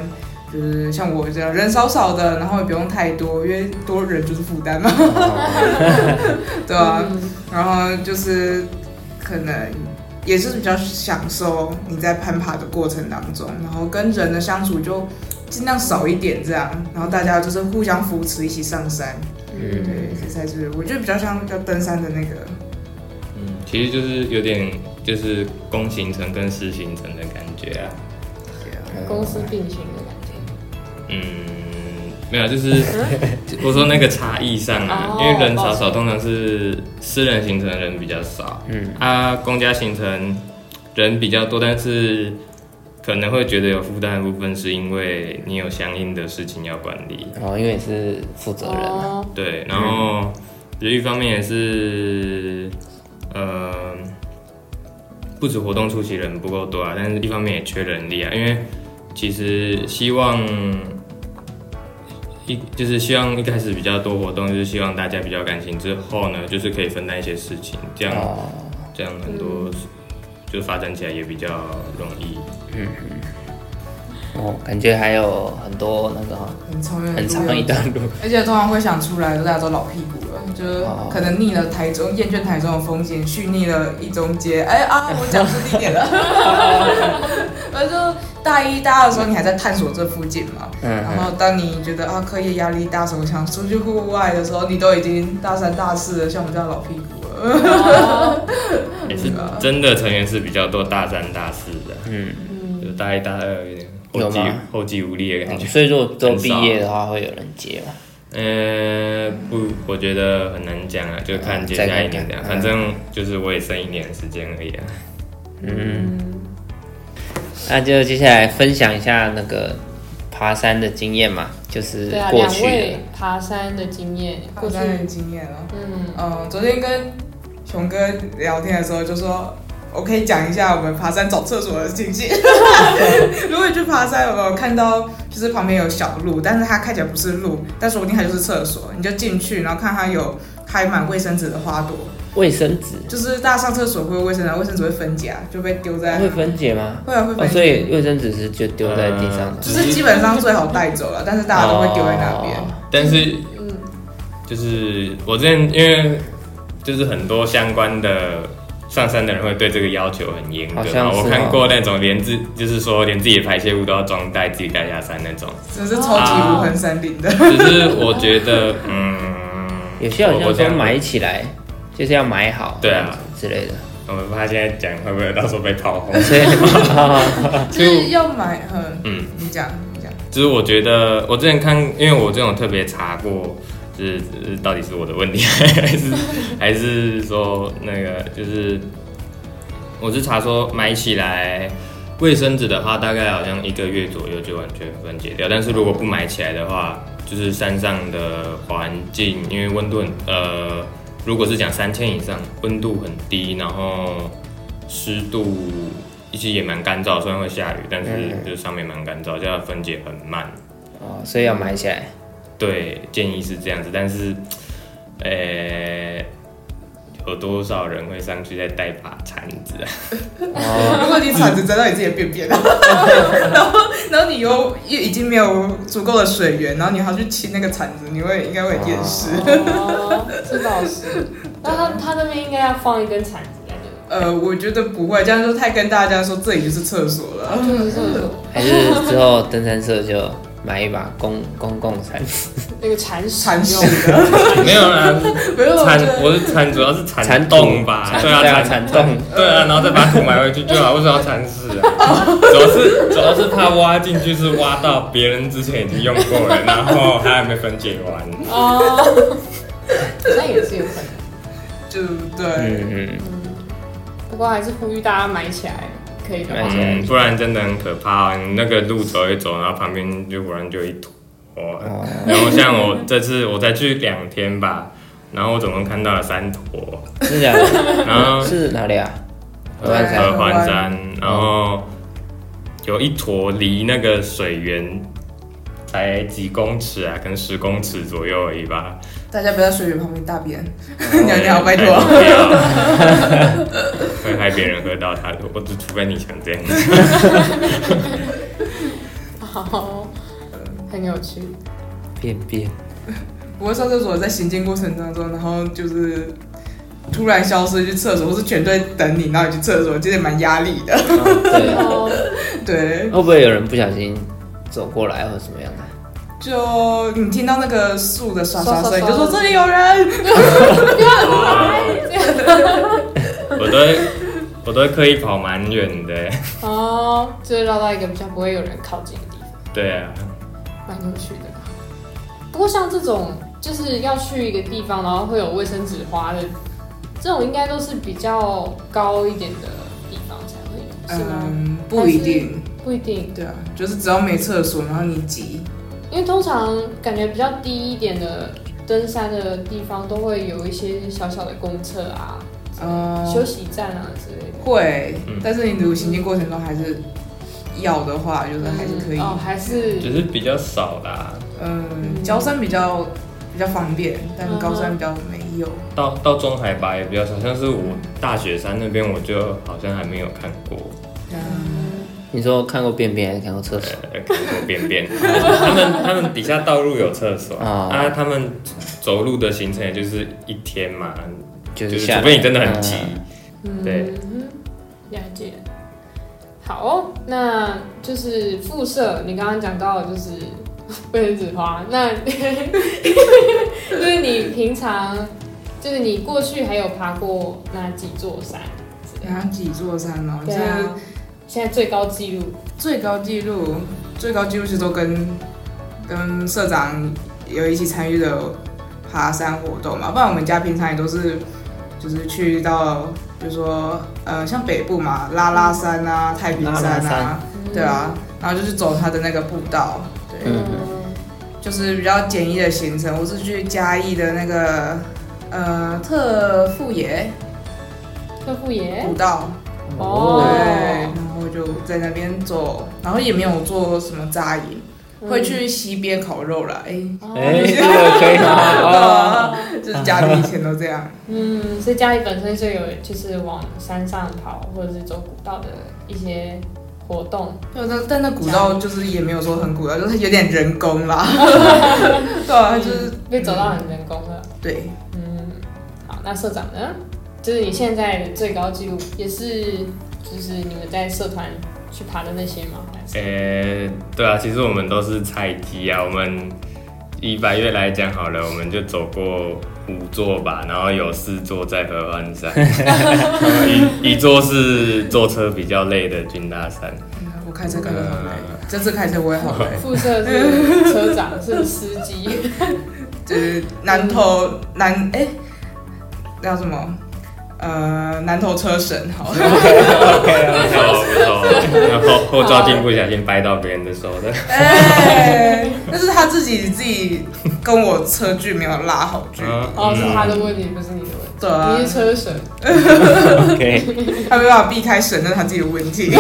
[SPEAKER 4] 就是像我这样人少少的，然后也不用太多，因为多人就是负担嘛，
[SPEAKER 2] 哦
[SPEAKER 4] *laughs* 对啊，
[SPEAKER 1] 嗯
[SPEAKER 4] 然后就是可能也是比较享受你在攀爬的过程当中，然后跟人的相处就尽量少一点这样，然后大家就是互相扶持，一起上山，
[SPEAKER 2] 嗯
[SPEAKER 4] 对，这才是我觉得比较像叫登山的那个，
[SPEAKER 3] 嗯，其实就是有点就是公行程跟私行程的感觉啊。
[SPEAKER 2] 嗯
[SPEAKER 1] 公司并行的感觉，
[SPEAKER 3] 嗯，没有，就是
[SPEAKER 1] *laughs*
[SPEAKER 3] 我说那个差异上啊
[SPEAKER 1] 哦，
[SPEAKER 3] 因为人少
[SPEAKER 1] 抱
[SPEAKER 3] 少，
[SPEAKER 1] 歉
[SPEAKER 3] 通常是私人行程的人比较少，
[SPEAKER 2] 嗯
[SPEAKER 3] 啊，公家行程人比较多，但是可能会觉得有负担的部分，是因为你有相应的事情要管理，
[SPEAKER 2] 哦，因为你是负责人嘛，
[SPEAKER 1] 哦，
[SPEAKER 3] 对，然后其实一方面也是，呃，不止活动出席人不够多啊，但是一方面也缺人力啊，因为其实希望一就是希望一开始比较多活动，就是希望大家比较感情之后呢，就是可以分担一些事情，这样、
[SPEAKER 2] 哦，
[SPEAKER 3] 这样很多、就发展起来也比较容易。
[SPEAKER 2] 嗯哦，感觉还有很多那个哈
[SPEAKER 4] 很长远的
[SPEAKER 2] 很
[SPEAKER 4] 路
[SPEAKER 2] 长
[SPEAKER 4] 要
[SPEAKER 2] 一段路，
[SPEAKER 4] 而且通常会想出来的，大家都老屁股了，就是
[SPEAKER 2] 哦
[SPEAKER 4] 可能腻了台中，厌倦台中的风景，去腻了一中街。哎啊，我讲出地点了。 *laughs* 而就大一、大二的时候，你还在探索这附近嘛。
[SPEAKER 2] 嗯
[SPEAKER 4] 然后当你觉得啊课业压力大，什么想出去户外的时候，你都已经大三、大四了，像我们这样老屁股了。
[SPEAKER 3] 也是真的成员是比较多大三大四的，
[SPEAKER 2] 嗯
[SPEAKER 3] 就大一大二
[SPEAKER 2] 有
[SPEAKER 3] 有点后继
[SPEAKER 2] 吗
[SPEAKER 3] 后继无力的感
[SPEAKER 2] 嗯，
[SPEAKER 3] 觉。
[SPEAKER 2] 所以如果都毕业的话，会有人接嘛？
[SPEAKER 3] 呃，不，我觉得很难讲啊，就看接下来一年这样。
[SPEAKER 2] 再看看嗯
[SPEAKER 3] 反正就是我也剩一年的时间而已啊。
[SPEAKER 2] 那就接下来分享一下那个爬山的经验嘛，就是
[SPEAKER 1] 对啊，
[SPEAKER 2] 过
[SPEAKER 1] 两
[SPEAKER 2] 去
[SPEAKER 1] 位
[SPEAKER 2] 的，
[SPEAKER 1] 爬山的经验，
[SPEAKER 4] 过
[SPEAKER 1] 过去
[SPEAKER 4] 三年经验了。哦
[SPEAKER 1] 嗯，
[SPEAKER 4] 嗯，昨天跟熊哥聊天的时候就说，我可以讲一下我们爬山找厕所的
[SPEAKER 1] *laughs*
[SPEAKER 4] 情形。如果你去爬山，有没有看到就是旁边有小路，但是它看起来不是路，但说不定它就是厕所，你就进去，然后看它有开满卫生纸的花朵，
[SPEAKER 2] 卫生纸
[SPEAKER 4] 就是大家上厕所会有卫生纸，卫生纸会分解啊，就被丢在
[SPEAKER 2] 会分解吗？
[SPEAKER 4] 会啊会
[SPEAKER 2] 哦，
[SPEAKER 4] 分
[SPEAKER 2] 所
[SPEAKER 4] 解，
[SPEAKER 2] 以卫生纸是就丢在地上
[SPEAKER 3] 呃
[SPEAKER 2] 的，
[SPEAKER 4] 就是基本上最好带走了，但是大家都会丢在那边。
[SPEAKER 2] 哦
[SPEAKER 3] 但是就是我之前因为就是很多相关的上山的人会对这个要求很严格
[SPEAKER 2] 好，像
[SPEAKER 3] 然后
[SPEAKER 2] 是
[SPEAKER 3] 我
[SPEAKER 2] 哦
[SPEAKER 3] 看过那种连自就是说连自己的排泄物都要装袋自己带下山那
[SPEAKER 2] *laughs*
[SPEAKER 3] 种，
[SPEAKER 4] 真是超级无痕山林
[SPEAKER 1] 哦
[SPEAKER 4] 的，
[SPEAKER 3] 只是我觉得嗯。
[SPEAKER 2] 有些好
[SPEAKER 3] 我
[SPEAKER 2] 像
[SPEAKER 3] 我这
[SPEAKER 2] 说
[SPEAKER 3] 样
[SPEAKER 2] 买起来就是要买好，
[SPEAKER 3] 对啊
[SPEAKER 2] 之类的，
[SPEAKER 3] 我们怕现在讲会不会到时候被炮
[SPEAKER 2] *laughs*
[SPEAKER 3] 轰？
[SPEAKER 2] 所以哦
[SPEAKER 4] 就是要买，嗯，
[SPEAKER 3] 嗯，
[SPEAKER 4] 你讲你讲，
[SPEAKER 3] 就是我觉得我之前看，因为我这种特别查过，就是、就是到底是我的问题，还是 *laughs* 还是说那个就是，我是查说买起来卫生纸的话，大概好像一个月左右就完全分解掉，但是如果不买起来的话，就是山上的环境，因为温度很呃，如果是讲三千以上，温度很低，然后湿度其实也蛮干燥，虽然会下雨，但是
[SPEAKER 2] 嗯
[SPEAKER 3] 就是上面蛮干燥，就要分解很慢。
[SPEAKER 2] 哦，所以要买起来，
[SPEAKER 3] 对，建议是这样子，但是，呃、有多少人会上去再带把铲子啊？
[SPEAKER 2] 哦，
[SPEAKER 4] 如果你铲子沾到你自己的便 *laughs* 便，然后然后你又又已经没有足够的水源，然后你还要去清那个铲子，你会应该会厌世。
[SPEAKER 1] 哦，是老师。那他他那边应该要放一根铲子在那
[SPEAKER 4] 呃，我觉得不会，这样就太跟大家说这里就是厕所了。
[SPEAKER 1] 里，就是厕所
[SPEAKER 2] 还是之后登山社就买一把公公共铲
[SPEAKER 3] *laughs*
[SPEAKER 1] 那个铲屎
[SPEAKER 4] 铲屎
[SPEAKER 1] 用
[SPEAKER 4] 的，
[SPEAKER 3] 没有啦，
[SPEAKER 4] 没有，我
[SPEAKER 3] 铲
[SPEAKER 4] 觉，得
[SPEAKER 3] 我是铲，主要是
[SPEAKER 2] 铲
[SPEAKER 3] 铲
[SPEAKER 2] 土
[SPEAKER 3] 洞吧？对啊，
[SPEAKER 2] 对啊铲
[SPEAKER 3] 铲
[SPEAKER 2] 洞，
[SPEAKER 3] 对啊，然后再把土埋回去就好，为什么要铲屎啊？主要是主要是怕挖进去是挖到别人之前已经用过了，然后他还没分解完。
[SPEAKER 1] 哦，那也是有可能。
[SPEAKER 4] 就对，
[SPEAKER 2] 嗯
[SPEAKER 1] 不过还是呼吁大家买起来，可以的
[SPEAKER 2] 买
[SPEAKER 1] 话
[SPEAKER 2] 起，来
[SPEAKER 3] 嗯，不然真的很可怕、哦。你那个路走一走，然后旁边就忽然就一坨。哇
[SPEAKER 2] 哦
[SPEAKER 3] 然后像我这次我才去两天吧，然后我总共看到了三坨，
[SPEAKER 2] 嗯，是假
[SPEAKER 3] *laughs*
[SPEAKER 2] 的，
[SPEAKER 3] 然后
[SPEAKER 2] 是哪里啊？河
[SPEAKER 4] 对
[SPEAKER 2] 湾山
[SPEAKER 3] 合欢山，然后有一坨离那个水源才几公尺啊，可能十公尺左右而已吧。
[SPEAKER 4] 大家不要在水源旁边大 *laughs* 便，尿尿，
[SPEAKER 3] 哦
[SPEAKER 4] 拜托。
[SPEAKER 3] 不要会害别人喝到它的，我只除非你想这样。
[SPEAKER 1] 好，很有趣。
[SPEAKER 2] 便便，
[SPEAKER 4] 不过上厕所在行进过程当中，然后就是突然消失去厕所，或是全队等你，然后你去厕所，其实也蛮压力的。
[SPEAKER 3] 嗯
[SPEAKER 2] 哦对，
[SPEAKER 1] 哦，
[SPEAKER 4] 对，
[SPEAKER 2] 会不会有人不小心走过来或者怎么样啊？
[SPEAKER 4] 就你听到那个树的刷刷
[SPEAKER 1] 刷刷
[SPEAKER 4] 声，你
[SPEAKER 1] 刷
[SPEAKER 4] 就说这里有人。
[SPEAKER 3] 我都会我都会刻意跑蛮远的，
[SPEAKER 1] 哦，就是绕到一个比较不会有人靠近的地方，
[SPEAKER 3] 对啊。
[SPEAKER 1] 蛮有趣的。不过像这种就是要去一个地方，然后会有卫生纸花的，这种应该都是比较高一点的地方才会有，是吗？
[SPEAKER 4] 嗯，不一定。
[SPEAKER 1] 不一定，
[SPEAKER 4] 对啊，就是只要没厕所，然后你急，
[SPEAKER 1] 因为通常感觉比较低一点的登山的地方，都会有一些小小的公厕啊、
[SPEAKER 4] 呃，
[SPEAKER 1] 休息站啊之类的。
[SPEAKER 4] 会
[SPEAKER 3] 嗯，
[SPEAKER 4] 但是你如果行进过程中还是要的话，就是还是可以
[SPEAKER 1] 嗯。哦，还是
[SPEAKER 3] 只是比较少啦。
[SPEAKER 4] 嗯，高山比较比较方便，但是高山比较没有。
[SPEAKER 3] 到到中海拔也比较少，像是我大雪山那边，我就好像还没有看过，
[SPEAKER 4] 嗯，
[SPEAKER 2] 你说看过便便还是看过厕所？
[SPEAKER 3] 呃，看过便 *laughs* 便。他们他们底下道路有厕所，
[SPEAKER 2] 哦
[SPEAKER 3] 啊，他们走路的行程也就是一天嘛，
[SPEAKER 2] 就
[SPEAKER 3] 就是是
[SPEAKER 2] 下来，
[SPEAKER 3] 除非你真的很急
[SPEAKER 2] 嗯
[SPEAKER 3] 对
[SPEAKER 1] 嗯哼，了解。好哦、那就是副社，你刚刚讲到的就是卫生纸花，那 *laughs* 就是你平常，就是你过去还有爬过哪几座山之类的？
[SPEAKER 4] 然后几座山哦，
[SPEAKER 1] 对
[SPEAKER 4] 这
[SPEAKER 1] 啊，现在最高纪录
[SPEAKER 4] 最高纪录，最高纪录其实都跟跟社长有一起参与的爬山活动嘛，不然我们家平常也都是就是去到，比如说呃像北部嘛，拉拉山啊、太平山啊，
[SPEAKER 2] 嗯拉拉山
[SPEAKER 4] 对啊，然后就是走它的那个步道，对，
[SPEAKER 2] 嗯
[SPEAKER 1] 嗯
[SPEAKER 4] 就是比较简易的行程。我是去嘉义的那个呃特富野
[SPEAKER 1] 特富爷
[SPEAKER 4] 古道，
[SPEAKER 1] 哦
[SPEAKER 4] 对，然后就在那边做，然后也没有做什么扎营，会去溪边烤肉啦。哎、
[SPEAKER 2] 哎，这个可以
[SPEAKER 3] *laughs*
[SPEAKER 2] 吗？哦，
[SPEAKER 4] 就是家里以前都这样。
[SPEAKER 1] 嗯，是家里本身就有就是往山上跑或者是走古道的一些活动，
[SPEAKER 4] *laughs* 对，但但那古道就是也没有说很古道，就是有点人工 *laughs* 啦。对啊，就是
[SPEAKER 1] 被走到很人工了。
[SPEAKER 4] 对，
[SPEAKER 1] 嗯，好，那社长呢？就是你现在的最高纪录也是就是你们在社团去爬的那些吗？还是
[SPEAKER 3] 诶、对啊，其实我们都是菜鸡啊。我们以百越来讲好了，我们就走过五座吧，然后有四座在合欢山，一一座是坐车比较累的军大
[SPEAKER 1] *laughs*
[SPEAKER 3] 山，
[SPEAKER 4] 嗯我开车感觉好累，这次开车我也好累。
[SPEAKER 1] 副社是车长，是司机，
[SPEAKER 4] 就是南投南哎、那叫什么？呃，南投车神好 *laughs* 了，
[SPEAKER 3] 不错不错，然后后照镜不小心掰到别人的手的，
[SPEAKER 4] 哎，但是他自己自己跟我车距没有拉好距，
[SPEAKER 1] *laughs* 哦，是他
[SPEAKER 3] 嗯
[SPEAKER 1] 的问题，不是你的问题。
[SPEAKER 4] 对啊
[SPEAKER 1] 你是车神，
[SPEAKER 2] 可以。
[SPEAKER 3] *laughs*
[SPEAKER 4] 他没办法避开神，那是他自己的问题。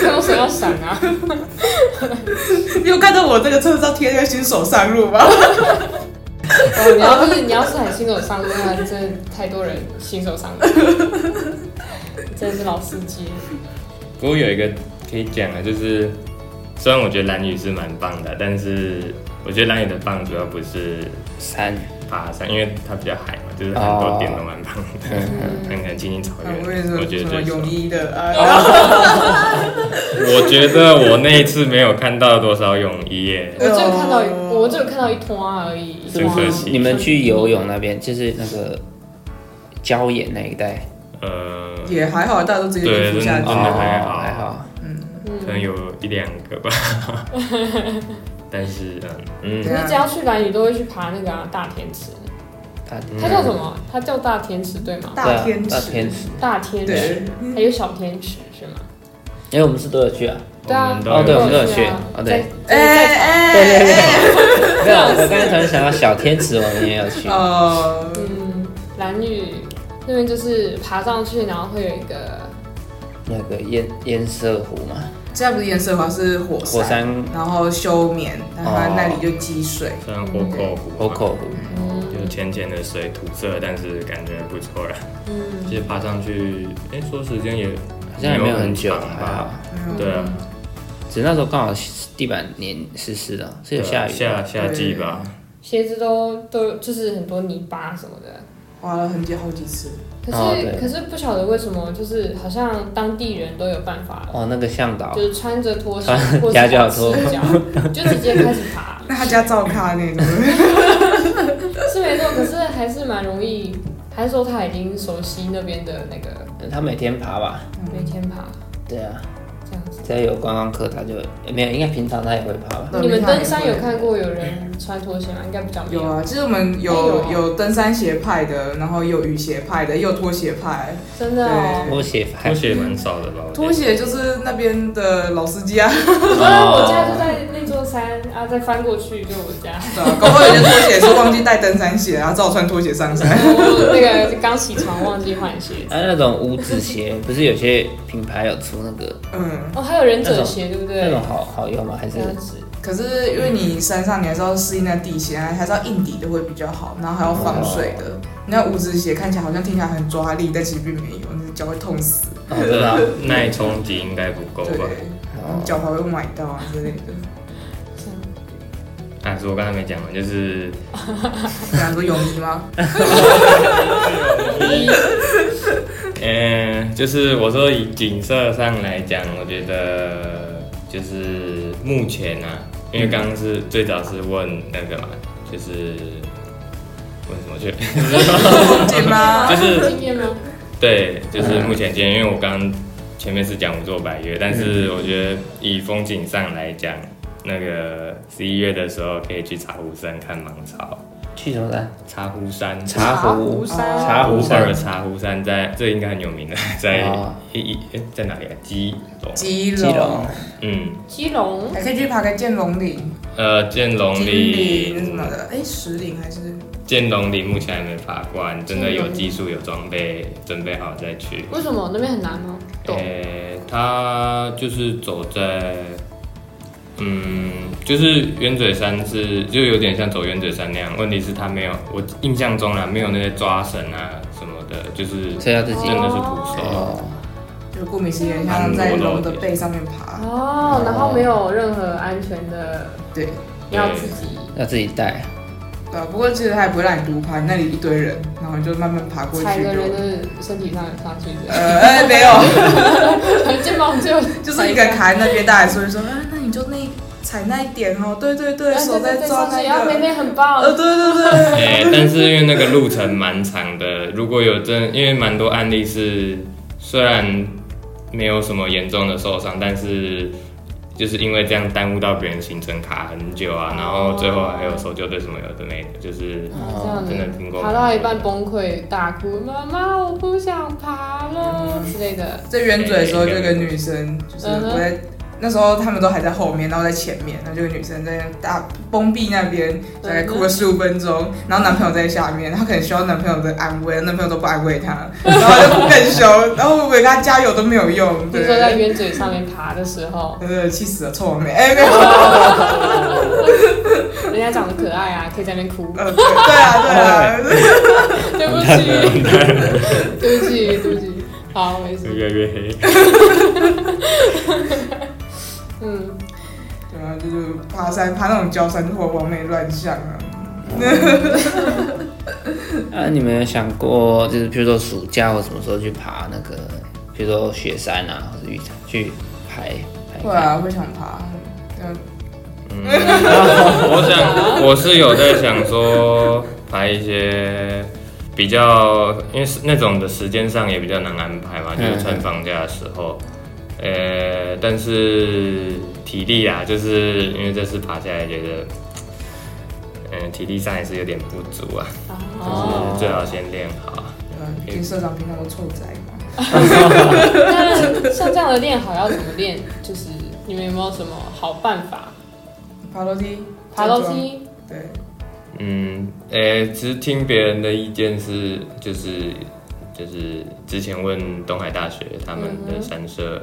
[SPEAKER 1] 这种谁要闪啊？
[SPEAKER 4] 你有看到我这个车照贴在新手上路吗？
[SPEAKER 1] 哦，你要是你要是很新手上路，那真的太多人新手上路，真的是老司机。
[SPEAKER 3] 不过有一个可以讲啊，就是虽然我觉得蓝雨是蛮棒的，但是我觉得蓝雨的棒主要不是
[SPEAKER 2] 三，
[SPEAKER 3] 爬山，因为它比较海嘛，就是很多点都蛮棒的，
[SPEAKER 2] 哦
[SPEAKER 3] *laughs* 很很亲近草
[SPEAKER 4] 啊
[SPEAKER 3] 原。
[SPEAKER 4] 我也是
[SPEAKER 3] 我觉
[SPEAKER 4] 什么
[SPEAKER 3] 得
[SPEAKER 4] 泳
[SPEAKER 3] 就是，
[SPEAKER 4] 衣的啊，
[SPEAKER 3] 我觉得我那一次没有看到多少泳衣耶
[SPEAKER 1] 我，只有看到一，我只有看到一团而已。
[SPEAKER 3] 真可惜
[SPEAKER 2] 你们去游泳那边，就是那个礁岩那一带，
[SPEAKER 3] 呃，
[SPEAKER 4] 也还好，大家都直接
[SPEAKER 3] 对
[SPEAKER 4] 衣服下
[SPEAKER 3] 真
[SPEAKER 4] 去
[SPEAKER 3] 的。还好
[SPEAKER 2] 哦还好。
[SPEAKER 1] 嗯，
[SPEAKER 3] 可能有一两个
[SPEAKER 4] *laughs*
[SPEAKER 3] 吧，但是嗯
[SPEAKER 1] 可
[SPEAKER 4] 对啊
[SPEAKER 1] 是只要去蓝屿都会去爬那个、啊、大天池，
[SPEAKER 2] 大
[SPEAKER 3] 嗯，
[SPEAKER 1] 它叫什么？它叫大天池对吗？
[SPEAKER 4] 大天
[SPEAKER 2] 啊大
[SPEAKER 4] 使，
[SPEAKER 2] 天使，
[SPEAKER 1] 大天池
[SPEAKER 4] 对，
[SPEAKER 1] 还有小天池是吗？
[SPEAKER 2] 因为我们是都有去啊。
[SPEAKER 1] 对啊，
[SPEAKER 3] 我们都有
[SPEAKER 1] 有
[SPEAKER 2] 去
[SPEAKER 1] 啊
[SPEAKER 2] 哦对，
[SPEAKER 1] 在在
[SPEAKER 4] 哎
[SPEAKER 2] 对对对。 *laughs* 没有，我刚才突然想到小天池，我们也有去。
[SPEAKER 4] 哦，
[SPEAKER 1] 嗯，蓝屿那边就是爬上去，然后会有一个
[SPEAKER 2] 那个烟烟色湖嘛，
[SPEAKER 4] 现在不是颜色花是火
[SPEAKER 2] 火山
[SPEAKER 4] 然后休眠，然后它那里就积水。
[SPEAKER 3] 像火口湖，
[SPEAKER 2] 河口湖，
[SPEAKER 3] 就是浅浅的水土色，但是感觉不错啦。
[SPEAKER 1] 嗯
[SPEAKER 3] 其实爬上去，哎、说时间也
[SPEAKER 2] 好像也没有很久，
[SPEAKER 3] 长
[SPEAKER 2] 还好
[SPEAKER 3] 吧？。对啊，
[SPEAKER 2] 只是那时候刚好地板黏湿湿的，是有下雨的。
[SPEAKER 3] 夏夏季吧，
[SPEAKER 1] 鞋子都都就是很多泥巴什么的。
[SPEAKER 4] 花了很久好几次，
[SPEAKER 1] 可是、
[SPEAKER 2] 哦对
[SPEAKER 1] 可是不晓得为什么，就是好像当地人都有办法，
[SPEAKER 2] 哦，那个向导
[SPEAKER 1] 就是穿着拖鞋
[SPEAKER 2] 穿
[SPEAKER 1] 或者
[SPEAKER 2] 夹脚拖
[SPEAKER 1] 赤
[SPEAKER 2] *laughs*
[SPEAKER 1] 脚，就直接开始爬。
[SPEAKER 4] 那他家照咖那种， *laughs*
[SPEAKER 1] 是没错，可是还是蛮容易，还是说他已经熟悉那边的那个
[SPEAKER 2] 他每天爬吧，
[SPEAKER 4] 嗯
[SPEAKER 1] 每天爬
[SPEAKER 2] 对啊，
[SPEAKER 1] 这样子。
[SPEAKER 2] 只要有观光客他就诶没有，应该平常他也会爬吧。
[SPEAKER 4] 那
[SPEAKER 1] 你们
[SPEAKER 4] 平常
[SPEAKER 1] 登山
[SPEAKER 4] 也
[SPEAKER 1] 有
[SPEAKER 4] 会
[SPEAKER 1] 看过有人穿拖鞋吗？应该比较没
[SPEAKER 4] 有。啊，其实我们
[SPEAKER 1] 哎
[SPEAKER 4] 有
[SPEAKER 1] 有
[SPEAKER 4] 有登山鞋派的，然后有雨鞋派的，也有拖鞋派。
[SPEAKER 1] 真的 *laughs* 哦。
[SPEAKER 2] 拖鞋
[SPEAKER 3] 拖
[SPEAKER 2] 拍，
[SPEAKER 3] 鞋蛮少的吧？我觉
[SPEAKER 4] 拖
[SPEAKER 3] 得
[SPEAKER 4] 鞋就是那边的老司机啊，
[SPEAKER 3] 哦
[SPEAKER 1] 我我家就在那座山啊，再翻过去就我家。 *laughs*
[SPEAKER 4] 对啊搞不好人家拖鞋是忘记带登山鞋啊，只好穿拖鞋上山。
[SPEAKER 1] 我那个刚起床忘记换鞋子。
[SPEAKER 2] 啊，那种五指鞋不是有些品牌有出那个
[SPEAKER 4] 嗯，
[SPEAKER 1] 哦，还有忍者鞋，对不
[SPEAKER 2] 那
[SPEAKER 1] 对？
[SPEAKER 2] 种好好用吗？还是
[SPEAKER 1] 这样子。
[SPEAKER 4] 可是因为你山上你还是要适应那地形啊，还是要硬底的会比较好，然后还要防水的。那五指鞋看起来好像听起来很抓力，但其实并没有，你的脚会痛死。
[SPEAKER 2] 哦，真的啊
[SPEAKER 3] 耐冲击应该不够
[SPEAKER 4] 对
[SPEAKER 3] 吧？，
[SPEAKER 4] 然后脚踝会崴到啊之类的。
[SPEAKER 3] 啊，是我刚才没讲完，就是
[SPEAKER 4] 比方说泳衣吗？
[SPEAKER 3] 嗯，就是我说以景色上来讲，我觉得就是目前啊，因为刚刚是最早是问那个嘛，就是问什么去？ *laughs*
[SPEAKER 4] 对吗？
[SPEAKER 3] 就是
[SPEAKER 1] 经验吗？
[SPEAKER 3] 对，就是目前今天，因为我刚刚前面是讲五座百月，但是我觉得以风景上来讲，那个十一月的时候可以去茶壶山看芒草，
[SPEAKER 2] 去什么山？
[SPEAKER 3] 茶壶山。
[SPEAKER 2] 茶壶
[SPEAKER 4] 山
[SPEAKER 2] 茶壶
[SPEAKER 3] 偶尔
[SPEAKER 2] 山。
[SPEAKER 3] 茶壶山在这应该很有名的， *laughs* 在
[SPEAKER 2] 哦
[SPEAKER 3] 一一诶在哪里啊？基隆。
[SPEAKER 4] 基
[SPEAKER 2] 基隆
[SPEAKER 4] 隆，
[SPEAKER 3] 嗯，
[SPEAKER 1] 基隆
[SPEAKER 4] 还可以去爬个剑龙岭、
[SPEAKER 3] 呃，建龙
[SPEAKER 4] 金
[SPEAKER 3] 里
[SPEAKER 4] 陵什么的，哎，石岭还是
[SPEAKER 3] 剑龙里目前还没爬关，真的有技术有装备，准备好再去。
[SPEAKER 1] 为什么那边很难吗？
[SPEAKER 3] 诶、
[SPEAKER 1] 懂
[SPEAKER 3] 他就是走在，嗯，就是冤嘴山是就有点像走冤嘴山那样。问题是，他没有我印象中啊，没有那些抓绳啊什么的，就是
[SPEAKER 2] 所以要自己
[SPEAKER 3] 真的是徒手。
[SPEAKER 2] 哦，
[SPEAKER 4] 就顾名思义，很像在龙的背上面爬。
[SPEAKER 1] 哦，然后没有任何安全的，
[SPEAKER 4] 对，
[SPEAKER 1] 要自己
[SPEAKER 2] 要自己带，
[SPEAKER 4] 对啊，不过其实他也不会让你独爬，那里一堆人，然后你就慢慢爬过
[SPEAKER 1] 踩
[SPEAKER 4] 去
[SPEAKER 1] 个人
[SPEAKER 4] 就。
[SPEAKER 1] 的身体上上去这
[SPEAKER 4] 呃， *laughs* 哎没有，
[SPEAKER 1] 样， *laughs* 肩膀只有
[SPEAKER 4] 就是你敢卡在那边，大家还是会说，啊，那你就那一踩那一点哦，对对对，手在抓
[SPEAKER 1] 上去，然
[SPEAKER 4] 那
[SPEAKER 1] 后妹
[SPEAKER 4] 个，
[SPEAKER 1] 妹很棒，
[SPEAKER 4] 呃，对对 *laughs* 对，
[SPEAKER 3] 哎、但是因为那个路程蛮长的，如果有真，因为蛮多案例是虽然没有什么严重的受伤，但是就是因为这样耽误到别人行程卡很久啊，然后最后还有搜救队什么有的没的，就是
[SPEAKER 2] 哦
[SPEAKER 1] 这样
[SPEAKER 3] 真的听过
[SPEAKER 1] 爬到一半崩溃大哭，妈妈我不想爬了之类的，
[SPEAKER 4] 在圆嘴的时候，就有个女生，就是我在、那时候他们都还在后面，然后在前面，然后就有个女生在大崩壁那边大概哭了十五分钟，然后男朋友在下面，她可能需要男朋友的安慰，男朋友都不安慰她，然后她就哭更凶，然后我给她加油都没有用，
[SPEAKER 1] 比如说在
[SPEAKER 4] 对。
[SPEAKER 1] 圆嘴上面爬的时候，
[SPEAKER 4] 呃，气死了，臭王妹！哎、
[SPEAKER 2] *laughs*
[SPEAKER 4] 没有，
[SPEAKER 1] 人家长得可爱啊，可以在那边哭，
[SPEAKER 4] 呃，对对啊，
[SPEAKER 2] *laughs*
[SPEAKER 4] 对啊，
[SPEAKER 1] 对不起，对不起，对不起，好，没事，
[SPEAKER 3] 越来越黑。
[SPEAKER 1] 嗯，
[SPEAKER 4] 对啊，就是爬山，爬那种焦山或往美乱象啊。
[SPEAKER 2] 啊，你们有想过，就是比如说暑假或什么时候去爬那个，比如说雪山啊，或者玉山去排排？
[SPEAKER 4] 会啊，会想爬。嗯，
[SPEAKER 3] 嗯，我想我是有在想说排一些比较，因为是那种的时间上也比较难安排嘛，就是趁放假的时候。呃，但是体力啊，就是因为这次爬下来觉得，嗯、体力上也是有点不足啊，
[SPEAKER 1] 哦，
[SPEAKER 3] 就是最好先练好啊。
[SPEAKER 4] 对啊，毕竟社长平常都臭宅嘛。
[SPEAKER 1] 那像这样的练好要怎么练？就是你们有没有什么好办法？
[SPEAKER 4] 爬楼梯，
[SPEAKER 1] 爬楼，梯，
[SPEAKER 4] 对，
[SPEAKER 3] 嗯，诶、其实听别人的意见是，就是就是之前问东海大学他们的山社，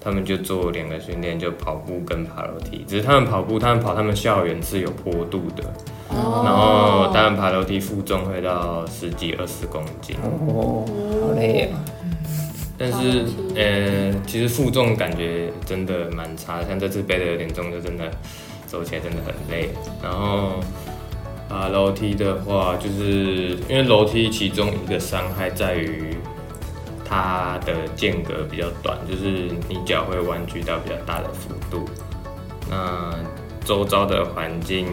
[SPEAKER 3] 他们就做两个训练，就跑步跟爬楼梯。只是他们跑步，他们跑他们校园是有坡度的，
[SPEAKER 1] 哦
[SPEAKER 3] 然后他们爬楼梯负重会到十几二十公斤。
[SPEAKER 2] 哦，好累哦。
[SPEAKER 3] 但
[SPEAKER 1] 爬
[SPEAKER 3] 是
[SPEAKER 1] 楼梯，
[SPEAKER 3] 呃，其实负重感觉真的蛮差，像这次背的有点重，就真的走起来真的很累。然后爬楼梯的话，就是因为楼梯其中一个伤害在于它的间隔比较短，就是你脚会弯曲到比较大的幅度。那周遭的环境，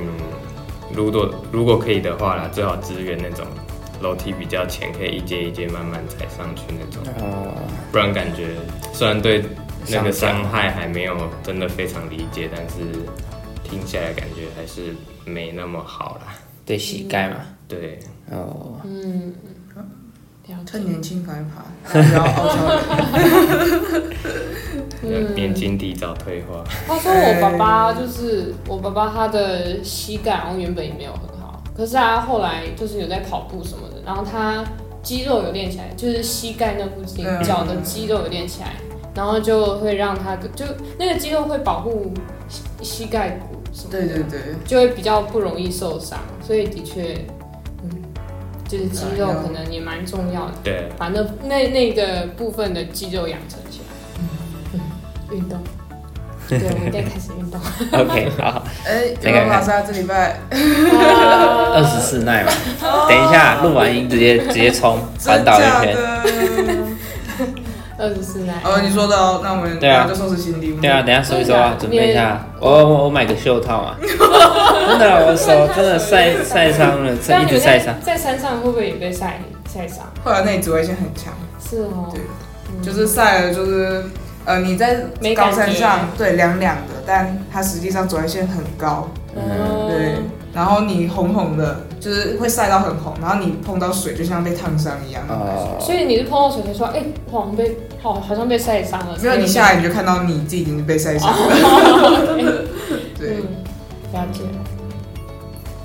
[SPEAKER 3] 如果如果可以的话啦，最好支援那种楼梯比较浅，可以一阶一阶慢慢踩上去那种。
[SPEAKER 2] 哦，
[SPEAKER 3] 不然感觉虽然对那个伤害还没有真的非常理解，但是听起来感觉还是没那么好啦。
[SPEAKER 2] 对膝盖嘛。
[SPEAKER 3] 对，
[SPEAKER 2] 哦，
[SPEAKER 1] 嗯，了解
[SPEAKER 4] 趁年轻赶快爬，不要傲娇。
[SPEAKER 2] *laughs*
[SPEAKER 1] 嗯
[SPEAKER 3] 年轻提早退化，
[SPEAKER 1] 他说我爸
[SPEAKER 4] 哎
[SPEAKER 1] 爸就是我爸爸，他的膝盖好像原本也没有很好，可是他后来就是有在跑步什么的，然后他肌肉有练起来，就是膝盖那附近
[SPEAKER 4] 嗯
[SPEAKER 1] 脚的肌肉有练起来，然后就会让他就那个肌肉会保护膝膝盖骨什么的，
[SPEAKER 4] 对对对，
[SPEAKER 1] 就会比较不容易受伤，所以的确，嗯，就是肌
[SPEAKER 4] 哎
[SPEAKER 1] 肉可能也蛮重要的，
[SPEAKER 3] 对，
[SPEAKER 1] 把那那那个部分的肌肉养成起来，嗯，运动。对，我们应该开始 *laughs* 运动。
[SPEAKER 2] OK，好，
[SPEAKER 4] 哎，有没有爬山？这礼拜
[SPEAKER 2] 二十四耐嘛。等一下，录完音直接直接冲环
[SPEAKER 4] 真
[SPEAKER 2] 岛
[SPEAKER 4] 假
[SPEAKER 2] 一圈。
[SPEAKER 4] 的？
[SPEAKER 1] 二十四奶。
[SPEAKER 4] 哦，你说的哦，那我们
[SPEAKER 2] 对啊
[SPEAKER 4] 大家就收拾行李。
[SPEAKER 2] 对啊，，
[SPEAKER 1] 嗯
[SPEAKER 2] 等一下收一收啊，
[SPEAKER 1] 真
[SPEAKER 2] 准
[SPEAKER 1] 的
[SPEAKER 2] 备一下。我我我买个袖
[SPEAKER 1] *laughs*
[SPEAKER 2] 套嘛。真的，我手真的晒晒
[SPEAKER 1] *laughs*
[SPEAKER 2] 伤了，
[SPEAKER 1] 那
[SPEAKER 2] 晒一
[SPEAKER 1] 你
[SPEAKER 2] 直
[SPEAKER 1] 们
[SPEAKER 2] 晒
[SPEAKER 1] 在
[SPEAKER 2] 伤。
[SPEAKER 1] 在山上会不会也被晒晒伤？
[SPEAKER 4] 后来那里紫外线很强，
[SPEAKER 1] 是哦
[SPEAKER 4] 对，就是晒了，就是呃你在
[SPEAKER 1] 没感
[SPEAKER 4] 高
[SPEAKER 1] 觉
[SPEAKER 4] 山上对凉凉的，但它实际上紫外线很高，
[SPEAKER 1] 嗯，
[SPEAKER 4] 对。然后你红红的，就是会晒到很红，然后你碰到水就像被烫伤一样。
[SPEAKER 2] 哦，
[SPEAKER 1] 所以你是碰到水才说，哎，好像被好好像被晒伤了。
[SPEAKER 4] 没有，你下来你就看到你自己已
[SPEAKER 1] 哦 *laughs*
[SPEAKER 4] 经被晒伤了。对，
[SPEAKER 1] 嗯，了解。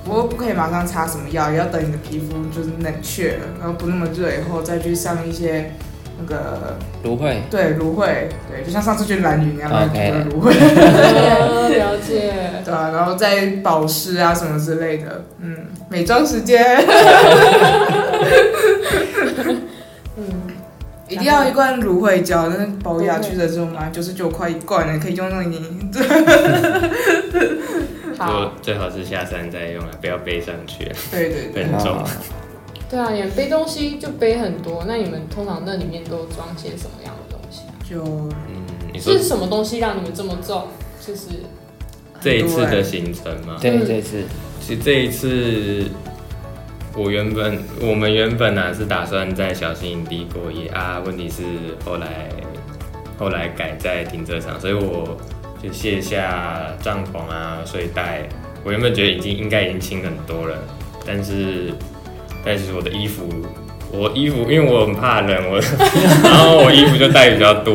[SPEAKER 4] 不过不可以马上擦什么药，也要等你的皮肤就是冷却了，然后不那么热以后再去上一些那个
[SPEAKER 2] 芦荟
[SPEAKER 4] 对芦荟，对，就像上次去蓝云一样，那
[SPEAKER 2] OK
[SPEAKER 4] 个芦荟，
[SPEAKER 1] 哦了解。
[SPEAKER 4] 对啊，然后再保湿啊什么之类的，嗯，美妆时间，
[SPEAKER 1] 嗯，
[SPEAKER 4] 一定要一罐芦荟胶，那保养去的时候嘛，九十九块一罐呢，可以用到你
[SPEAKER 3] 不
[SPEAKER 1] 好
[SPEAKER 3] 过。最好是下山再用啊，不要背上去啊，
[SPEAKER 4] 对对对，
[SPEAKER 3] 很重。
[SPEAKER 2] 啊
[SPEAKER 1] 对啊，你们背东西就背很多，那你们通常那里面都装些什么样的东西啊？
[SPEAKER 4] 就
[SPEAKER 3] 嗯，你说
[SPEAKER 1] 是什么东西让你们这么重？就是
[SPEAKER 3] 这一次的行程吗？
[SPEAKER 1] 嗯
[SPEAKER 2] 对，这次
[SPEAKER 3] 其实这一次，我原本我们原本呢、啊、是打算在小新营地过夜啊，问题是后来后来改在停车场，所以我就卸下帐篷啊、睡袋。我原本觉得已经应该已经轻很多了，但是但是我的衣服。我衣服，因为我很怕冷，我 *laughs* 然后我衣服就带比较多，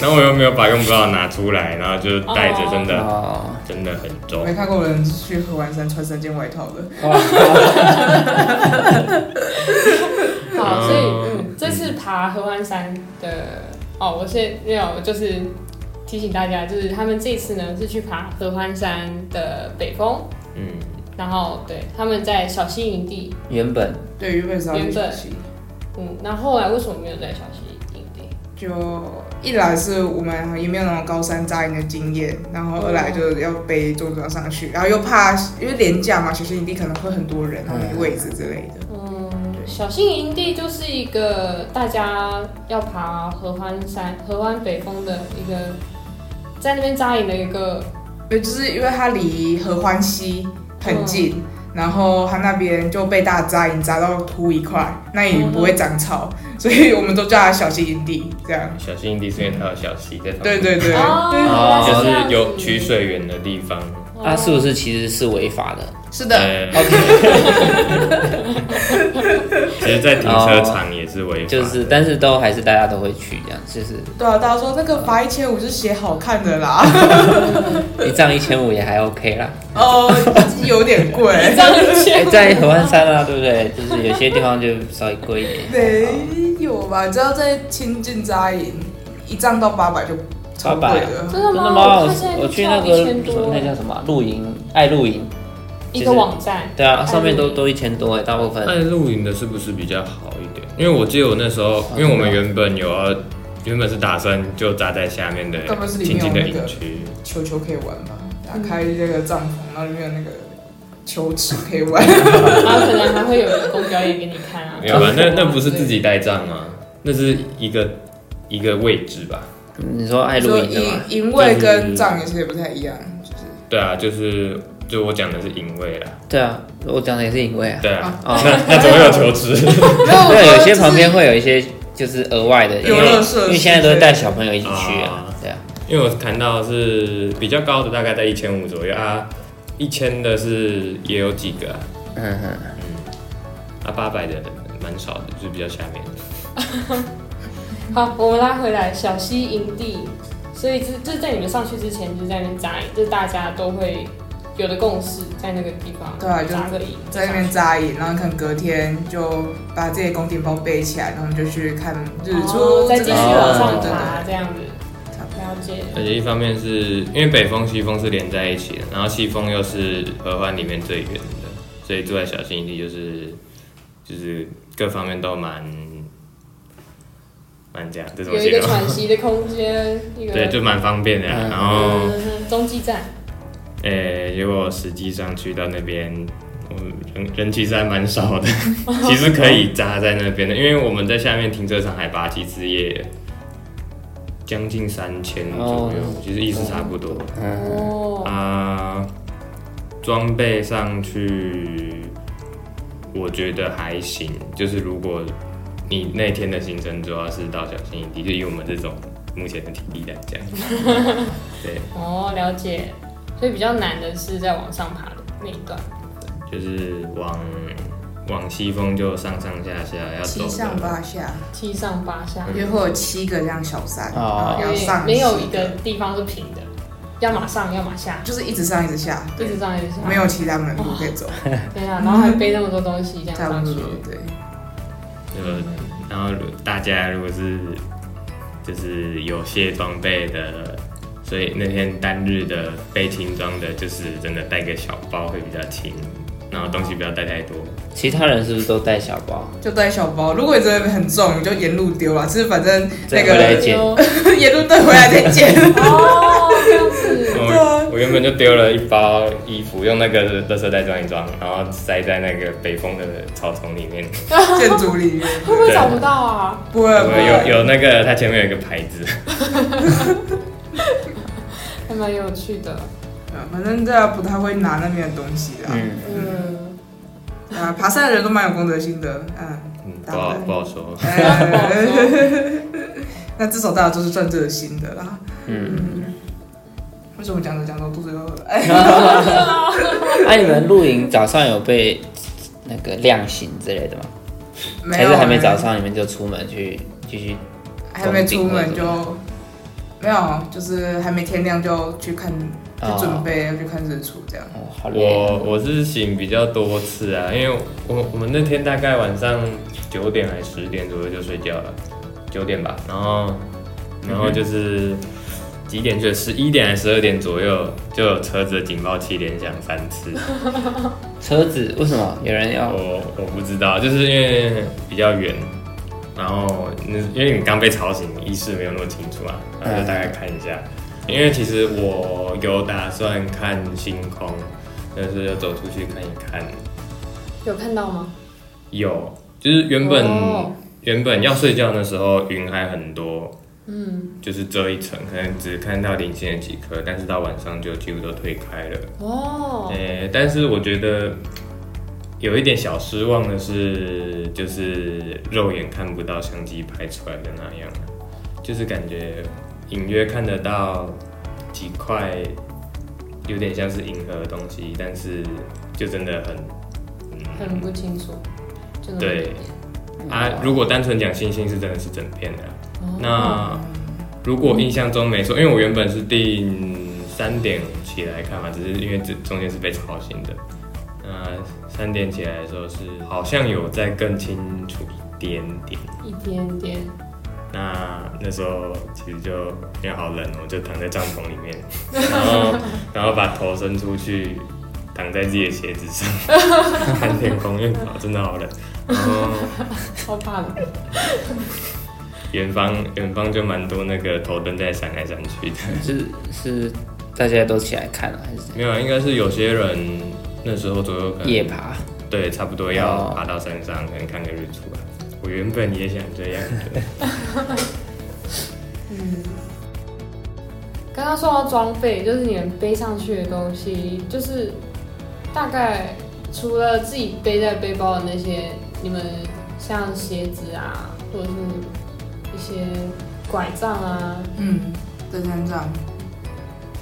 [SPEAKER 3] 然后我又没有把用不到的拿出来，然后就带着，真
[SPEAKER 1] 啊
[SPEAKER 3] 的、
[SPEAKER 2] 哦，
[SPEAKER 3] 真的很
[SPEAKER 4] 我
[SPEAKER 3] 重
[SPEAKER 4] 没。看过有人去合欢山穿三件外套的，
[SPEAKER 1] 好，所以
[SPEAKER 3] 嗯
[SPEAKER 1] 嗯，这次爬合欢山的哦，我是没有，就是提醒大家，就是他们这次呢是去爬合欢山的北峰，
[SPEAKER 3] 嗯，
[SPEAKER 1] 然后对他们在小溪营地，
[SPEAKER 2] 原本
[SPEAKER 4] 对，原本是要去
[SPEAKER 1] 原本
[SPEAKER 4] 小溪
[SPEAKER 1] 嗯，那后来为什么没有在小溪营地？
[SPEAKER 4] 就一来是我们也没有那种高山扎营的经验，然后二来就是要背重装上去，然后又怕因为廉价嘛，小溪营地可能会很多人，然后没位置之类的。
[SPEAKER 1] 嗯，小溪营地就是一个大家要爬合欢山、合欢北峰的一个，在那边扎营的一个，
[SPEAKER 4] 对，就是因为它离合欢溪很近，然后它那边就被大家扎营扎到秃一块，那也不会长草，所以我们都叫它小溪营地这样。
[SPEAKER 3] 小溪营地是因为它有小溪在旁
[SPEAKER 4] 对
[SPEAKER 3] 边，
[SPEAKER 4] 对对，
[SPEAKER 1] 哦
[SPEAKER 3] 啊
[SPEAKER 2] 对
[SPEAKER 3] 就
[SPEAKER 1] 原来
[SPEAKER 3] 是
[SPEAKER 1] 这样
[SPEAKER 3] 有
[SPEAKER 1] 子
[SPEAKER 3] 取水源的地方。
[SPEAKER 1] 哦
[SPEAKER 2] 啊，是不是其实是违法的？
[SPEAKER 4] 是的，
[SPEAKER 3] 对， *laughs* 其实，在停车场也是违法的，
[SPEAKER 2] 就是，但是都还是大家都会去这样，就是
[SPEAKER 1] *laughs*
[SPEAKER 4] 对啊，大家说那个罚一千五是写好看的 *laughs* 啦，
[SPEAKER 2] 一丈一千五也还 OK 啦。
[SPEAKER 4] 哦，有点贵。
[SPEAKER 1] 这样子
[SPEAKER 2] 哎，在合欢山啊，对不对？就是有些地方就稍微贵一点，哦
[SPEAKER 4] 没有吧？只要在亲近扎营，一站到八百啊就超贵了。
[SPEAKER 1] 真的
[SPEAKER 2] 真的
[SPEAKER 1] 吗？
[SPEAKER 2] 吗？
[SPEAKER 1] 我
[SPEAKER 2] 我
[SPEAKER 1] 看现在
[SPEAKER 2] 我去那
[SPEAKER 1] 一
[SPEAKER 2] 个
[SPEAKER 1] 千多
[SPEAKER 2] 那叫什么啊露营，爱露营，
[SPEAKER 1] 一个网站，
[SPEAKER 2] 对啊，上面
[SPEAKER 1] 爱
[SPEAKER 2] 都
[SPEAKER 1] 露营
[SPEAKER 2] 都一千多哎，大部分
[SPEAKER 3] 那露营的是不是比较好一点？因为我记得我那时
[SPEAKER 4] 哦
[SPEAKER 3] 候，因为我们原本有要，原本是打算就扎在下面的
[SPEAKER 4] 该不会是里
[SPEAKER 3] 亲
[SPEAKER 4] 面有
[SPEAKER 3] 近的
[SPEAKER 4] 那
[SPEAKER 3] 营
[SPEAKER 4] 个
[SPEAKER 3] 区，
[SPEAKER 4] 球球可以玩吧？打开那个帐篷，然后里面有那个球池可以玩。
[SPEAKER 1] 然后可能还会有员工表演给你看啊。
[SPEAKER 3] *laughs* 没有吧？那那不是自己带帐吗？那是一个一个位置吧？
[SPEAKER 2] 你说爱露
[SPEAKER 4] 所
[SPEAKER 2] 营的
[SPEAKER 4] 以
[SPEAKER 2] 嘛，
[SPEAKER 4] 营位跟帐其实也不太一样，就是
[SPEAKER 3] 对啊，就是就我讲的是营位啦，
[SPEAKER 2] 对啊，我讲的也是因为啊，
[SPEAKER 3] 对啊，
[SPEAKER 2] 哦
[SPEAKER 3] 那那怎么会有求职？
[SPEAKER 4] *laughs* 没有我
[SPEAKER 2] 对，啊
[SPEAKER 4] 说
[SPEAKER 2] 有些旁边
[SPEAKER 4] 就是
[SPEAKER 2] 会有一些就是额外的，因
[SPEAKER 4] 游
[SPEAKER 2] 为
[SPEAKER 4] 乐设施
[SPEAKER 2] 因为现在都会带小朋友一起去啊
[SPEAKER 3] 啊，
[SPEAKER 2] 对啊，
[SPEAKER 3] 因为我看到是比较高的，大概在一千五左右啊，一千的是也有几个啊，
[SPEAKER 2] 嗯哼，
[SPEAKER 3] 啊八百的蛮少的，就是比较下面的。
[SPEAKER 2] 嗯
[SPEAKER 1] 好，我们拉回来小溪营地，所以就是就是在你们上去之前就在那边扎营，就是大家都会有的共识，在那个地方
[SPEAKER 4] 对啊就
[SPEAKER 1] 扎个营，
[SPEAKER 4] 在那边扎营，然后可能隔天就把自己的宫廷包背起来，然后就去看日
[SPEAKER 1] 哦
[SPEAKER 4] 出之类
[SPEAKER 1] 再
[SPEAKER 4] 的，
[SPEAKER 1] 继续往上
[SPEAKER 4] 对
[SPEAKER 1] 爬
[SPEAKER 4] 对
[SPEAKER 1] 这样子。了解，
[SPEAKER 3] 而且一方面是因为北风西风是连在一起的，然后西风又是合欢里面最远的，所以住在小新地就是就是各方面都蛮蛮这样这种
[SPEAKER 1] 有一
[SPEAKER 3] 形
[SPEAKER 1] 个
[SPEAKER 3] 容，
[SPEAKER 1] 喘息的空间，一个
[SPEAKER 3] 对，就蛮方便的啊。
[SPEAKER 2] 嗯
[SPEAKER 3] 然后
[SPEAKER 1] 嗯中继站，
[SPEAKER 3] 诶、结果实际上去到那边，我人人其实还蛮少的，其实可以扎在那边的，因为我们在下面停车场海拔其实也将近三千左右，
[SPEAKER 2] 哦
[SPEAKER 3] 其实意思差不多
[SPEAKER 2] 嗯，
[SPEAKER 1] 哦，
[SPEAKER 3] 啊。装、备上去，我觉得还行，就是如果你那天的行程主要是到小心翼翼，就以我们这种目前的体力来讲，对。
[SPEAKER 1] 哦，了解，所以比较难的是在往上爬的那一段，
[SPEAKER 3] 就是往往西风就上上下下要走
[SPEAKER 4] 七
[SPEAKER 3] 的
[SPEAKER 4] 上八下，
[SPEAKER 1] 七上八下，
[SPEAKER 4] 也会有七个这样小山，
[SPEAKER 2] 哦
[SPEAKER 4] 嗯然后要上
[SPEAKER 1] 没有
[SPEAKER 4] 七
[SPEAKER 1] 一
[SPEAKER 4] 个
[SPEAKER 1] 个地方是平的，要马上要马下，
[SPEAKER 4] 就是一直上一直下，
[SPEAKER 1] 一直上一直下，
[SPEAKER 4] 没有其他门路可以走，
[SPEAKER 1] 天啊，然后还背那么多东西这样
[SPEAKER 4] 差不
[SPEAKER 1] 上去
[SPEAKER 4] 多，对，
[SPEAKER 3] 呃，然后如大家如果是就是有卸装备的，所以那天单日的背轻装的，就是真的带个小包会比较轻，然后东西不要带太多。
[SPEAKER 2] 其他人是不是都带小包？
[SPEAKER 4] 就带小包。如果你真的很重，你就沿路丢啦，就是反正
[SPEAKER 2] 再
[SPEAKER 4] 那
[SPEAKER 2] 回来
[SPEAKER 4] 个
[SPEAKER 2] 见
[SPEAKER 1] 丢
[SPEAKER 4] *laughs* 沿路带回来再捡。
[SPEAKER 1] 哎哦，这样子，
[SPEAKER 4] 啊
[SPEAKER 3] 我我原本就丢了一包衣服，用那个垃圾袋装一装，然后塞在那个北风的草丛里
[SPEAKER 4] *laughs*
[SPEAKER 3] 面。
[SPEAKER 4] *laughs* 建筑里面，
[SPEAKER 1] 会不会找不到啊？
[SPEAKER 4] 不会不
[SPEAKER 3] 有
[SPEAKER 4] 会，
[SPEAKER 3] 有那个，它前面有一个牌子，
[SPEAKER 1] 还蛮有趣的，
[SPEAKER 4] 嗯反正大家不太会拿那边的东西啦。
[SPEAKER 2] 嗯，
[SPEAKER 1] 嗯，
[SPEAKER 4] 啊，爬山的人都蛮有公德心的，嗯。
[SPEAKER 3] 嗯，不好不好说。
[SPEAKER 4] 那至少大家都是赚这个心的啦。
[SPEAKER 2] 嗯，
[SPEAKER 4] 为什么讲着讲着肚子又饿了？哎，
[SPEAKER 2] 那、哎你们露营早上有被那个量刑之类的吗？
[SPEAKER 4] 没
[SPEAKER 2] 还
[SPEAKER 4] 有，啊
[SPEAKER 2] 是还没早，上你们就出门去继续？
[SPEAKER 4] 还没出门就没有，就是还没天亮就去看，就准备要去看日出这样。
[SPEAKER 2] 哦，好累哦。
[SPEAKER 3] 我我是醒比较多次啊，因为我我们那天大概晚上九点还十点左右就睡觉了，九点吧，然后然后就是几点睡？十一点还是十二点左右就有车子的警报器连响三次，
[SPEAKER 2] 车子为什么有人要？
[SPEAKER 3] 我我不知道，就是因为比较远，然后那因为你刚被吵醒，意识没有那么清楚啊，然后就大概看一下。因为其实我有打算看星空，但是要走出去看一看。
[SPEAKER 1] 有看到吗？
[SPEAKER 3] 有，就是原本、
[SPEAKER 1] 哦
[SPEAKER 3] 原本要睡觉的时候，云还很多，
[SPEAKER 1] 嗯，
[SPEAKER 3] 就是遮一层，可能只看到零星的几颗，但是到晚上就几乎都推开了。
[SPEAKER 1] 哦，
[SPEAKER 3] 诶、但是我觉得有一点小失望的是，就是肉眼看不到相机拍出来的那样，就是感觉隐约看得到几块，有点像是银河的东西，但是就真的很，
[SPEAKER 1] 很不清楚，就那么一
[SPEAKER 3] 对
[SPEAKER 1] 点
[SPEAKER 3] 啊，如果单纯讲星星是真的是整片的啊、
[SPEAKER 1] 哦
[SPEAKER 3] 那如果印象中没错，因为我原本是定三点起来看嘛，只是因为这中间是被吵醒的。那三点起来的时候是好像有再更清楚一点点。
[SPEAKER 1] 一点点，
[SPEAKER 3] 那那时候其实就因为好冷哦，我就躺在帐篷里面，然后然后把头伸出去，躺在自己的鞋子上 *laughs* 看天空，因为真的好冷。然后
[SPEAKER 1] 超怕的。
[SPEAKER 3] 远方远方就蛮多那个头灯在闪来闪去的。
[SPEAKER 2] 是是大家都起来看了、还是怎样
[SPEAKER 3] 没有啊，应该是有些人那时候左右可能
[SPEAKER 2] 夜爬？
[SPEAKER 3] 对，差不多要
[SPEAKER 2] 哦
[SPEAKER 3] 爬到山上，可能看个日出吧。我原本也想这
[SPEAKER 1] *laughs*
[SPEAKER 3] 样的，
[SPEAKER 1] 刚刚说到装备，就是你们背上去的东西，就是大概除了自己背在背包的那些，你们像鞋子啊，或者是一些拐杖啊，
[SPEAKER 4] 嗯，登山杖，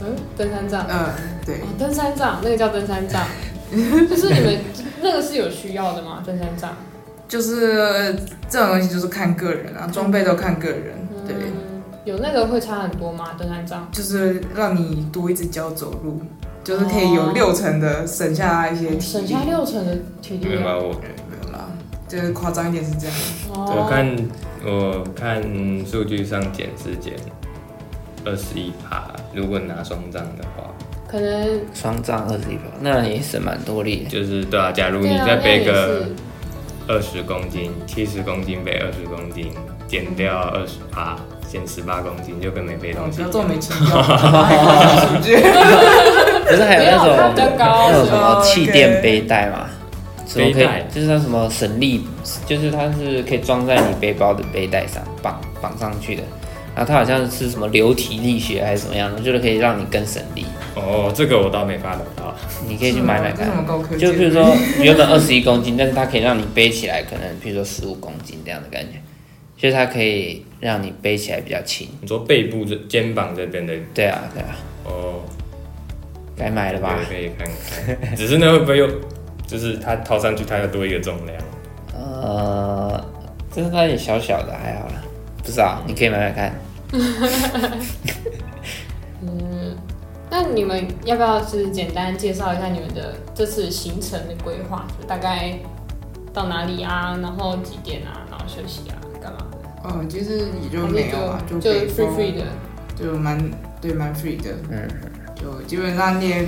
[SPEAKER 1] 嗯，登山杖，
[SPEAKER 4] 嗯，对，
[SPEAKER 1] 哦，登山杖，那个叫登山杖，就是你们那个是有需要的吗？登山杖，
[SPEAKER 4] 就是这种东西就是看个人啊，装备都看个人，对，
[SPEAKER 1] 嗯，有那个会差很多吗？登山杖，
[SPEAKER 4] 就是让你多一只脚走路，就是可以
[SPEAKER 2] 哦
[SPEAKER 4] 有六成的省下一些体力。
[SPEAKER 1] 省下六成的体
[SPEAKER 3] 没
[SPEAKER 1] 力
[SPEAKER 3] 有
[SPEAKER 1] 啊，
[SPEAKER 3] 吧？我
[SPEAKER 4] 没有啦，嗯就是夸张一点是这样。
[SPEAKER 3] 我
[SPEAKER 1] 哦，
[SPEAKER 3] 看我看数据上减是减二十一趴，如果拿双杖的话，
[SPEAKER 1] 可能
[SPEAKER 2] 双杖二十一包，那也是蛮多力的。
[SPEAKER 3] 就是对啊，假如
[SPEAKER 1] 对
[SPEAKER 3] 你
[SPEAKER 1] 啊，
[SPEAKER 3] 再
[SPEAKER 1] 那
[SPEAKER 3] 背
[SPEAKER 1] 也
[SPEAKER 3] 个
[SPEAKER 1] 是。
[SPEAKER 3] 二十公斤、七十公斤背二十公斤，减掉二十趴，减十八公斤，就跟没背
[SPEAKER 2] 嗯
[SPEAKER 3] 东西
[SPEAKER 4] 哦
[SPEAKER 3] 一样。
[SPEAKER 4] 不要这么没情调，太夸张数据。
[SPEAKER 2] 不是还有那
[SPEAKER 1] 没有它比
[SPEAKER 2] 种
[SPEAKER 1] 较高
[SPEAKER 2] 那种什
[SPEAKER 4] 哦
[SPEAKER 2] 么
[SPEAKER 4] ，OK
[SPEAKER 2] 气垫背带嘛？什么可
[SPEAKER 3] 背
[SPEAKER 2] 以
[SPEAKER 3] 带
[SPEAKER 2] 就是它什么省力，就是它是可以装在你背包的背带上绑绑上去的。然后它好像是什么流体力学还是什么样的，就是可以让你更省力。
[SPEAKER 3] 哦，这个我倒没发得到。
[SPEAKER 2] *laughs* 你可以去买买
[SPEAKER 4] 这什么
[SPEAKER 2] 看。
[SPEAKER 4] 高科技？
[SPEAKER 2] 就比如说原本二十一公斤，但是它可以让你背起来，可能比如说十五公斤这样的感觉，就是它可以让你背起来比较轻。
[SPEAKER 3] 你说背部这肩膀这边的
[SPEAKER 2] 对啊，对啊，
[SPEAKER 3] 哦，
[SPEAKER 2] 该买了吧？
[SPEAKER 3] 可以看看。只是那会不会又，就是它套上去，它又多一个重量？
[SPEAKER 2] 呃，但是它也小小的，还好啦。不知道，你可以买买看。
[SPEAKER 1] 那你们要不要就是简单介绍一下你们的这次行程的规划？就大概到哪里啊？然后几点啊？然后休息啊？干嘛的？
[SPEAKER 4] 嗯，其实也就没有啊，
[SPEAKER 1] 就
[SPEAKER 4] 就北
[SPEAKER 1] 就
[SPEAKER 4] 风
[SPEAKER 1] free free 的，
[SPEAKER 4] 就蛮对蛮 free 的，
[SPEAKER 2] 嗯，
[SPEAKER 4] 就基本上你也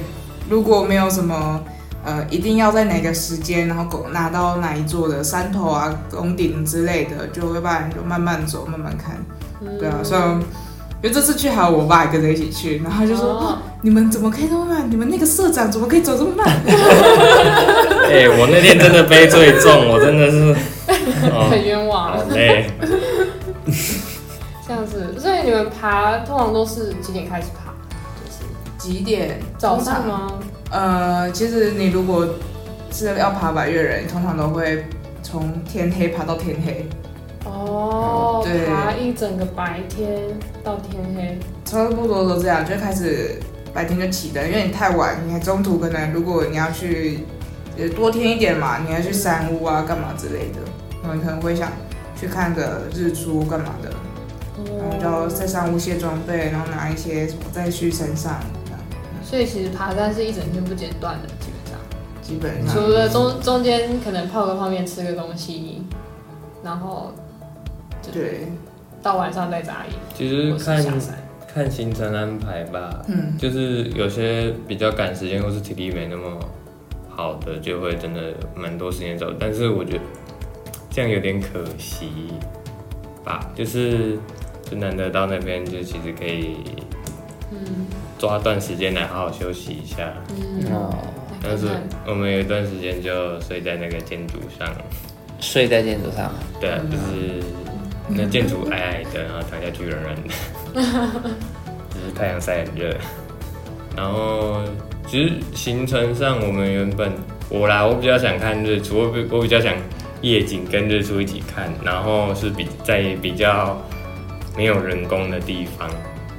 [SPEAKER 4] 如果没有什么呃一定要在哪个时间，然后狗拿到哪一座的山头啊、拱顶之类的，就会把你就慢慢走、慢慢看，
[SPEAKER 1] 嗯
[SPEAKER 4] 对啊，所以我。因为这次去还有我爸也跟着一起去，然后他就说、 *laughs*
[SPEAKER 1] 哦
[SPEAKER 4] 你们怎么可以这么慢？你们那个社长怎么可以走这么慢？
[SPEAKER 3] *laughs* 哎、我那天真的背最重，我真的是，哦，
[SPEAKER 1] 很冤枉啊
[SPEAKER 3] 好，累。
[SPEAKER 1] 这样子。所以你们爬通常都是几点开始爬？就是
[SPEAKER 4] 几点？
[SPEAKER 1] 早
[SPEAKER 4] 通
[SPEAKER 1] 上
[SPEAKER 4] 常
[SPEAKER 1] 吗？
[SPEAKER 4] 呃，其实你如果是要爬百越人，通常都会从天黑爬到天黑，
[SPEAKER 1] 哦，
[SPEAKER 4] 对
[SPEAKER 1] 爬一整个白天到天黑，
[SPEAKER 4] 差不多都这样，就开始白天就起灯，因为你太晚，你还中途可能如果你要去呃多天一点嘛，你要去山屋啊干嘛之类的，我们可能会想去看个日出干嘛的，
[SPEAKER 1] 哦
[SPEAKER 4] 然后就要在山屋卸装备，然后拿一些什么再去山上，这样
[SPEAKER 1] 所以其实爬山是一整天不间断的，基本上。
[SPEAKER 4] 基本
[SPEAKER 1] 除
[SPEAKER 4] 上
[SPEAKER 1] 了中中间可能泡个泡面、吃个东西，然后
[SPEAKER 4] 对，
[SPEAKER 1] 到晚上再扎营，
[SPEAKER 3] 其实
[SPEAKER 1] 或是
[SPEAKER 3] 看
[SPEAKER 1] 下山。
[SPEAKER 3] 看行程安排吧，
[SPEAKER 4] 嗯，
[SPEAKER 3] 就是有些比较赶时间或是体力没那么好的，就会真的蛮多时间走。但是我觉得这样有点可惜吧，就是就难得到那边，就其实可以
[SPEAKER 1] 嗯
[SPEAKER 3] 抓段时间来好好休息一下。
[SPEAKER 1] 嗯，
[SPEAKER 2] 哦，
[SPEAKER 1] 来
[SPEAKER 3] 但
[SPEAKER 1] 看
[SPEAKER 3] 呃是
[SPEAKER 1] 看
[SPEAKER 3] 我们有一段时间就睡在那个建筑上，
[SPEAKER 2] 睡在建筑上，
[SPEAKER 3] 对啊，就是那建筑矮矮的，然后躺下去软软的， *laughs* 就是太阳晒很热。然后其实行程上，我们原本我啦，我比较想看日出，我比我比较想夜景跟日出一起看，然后是比在比较没有人工的地方。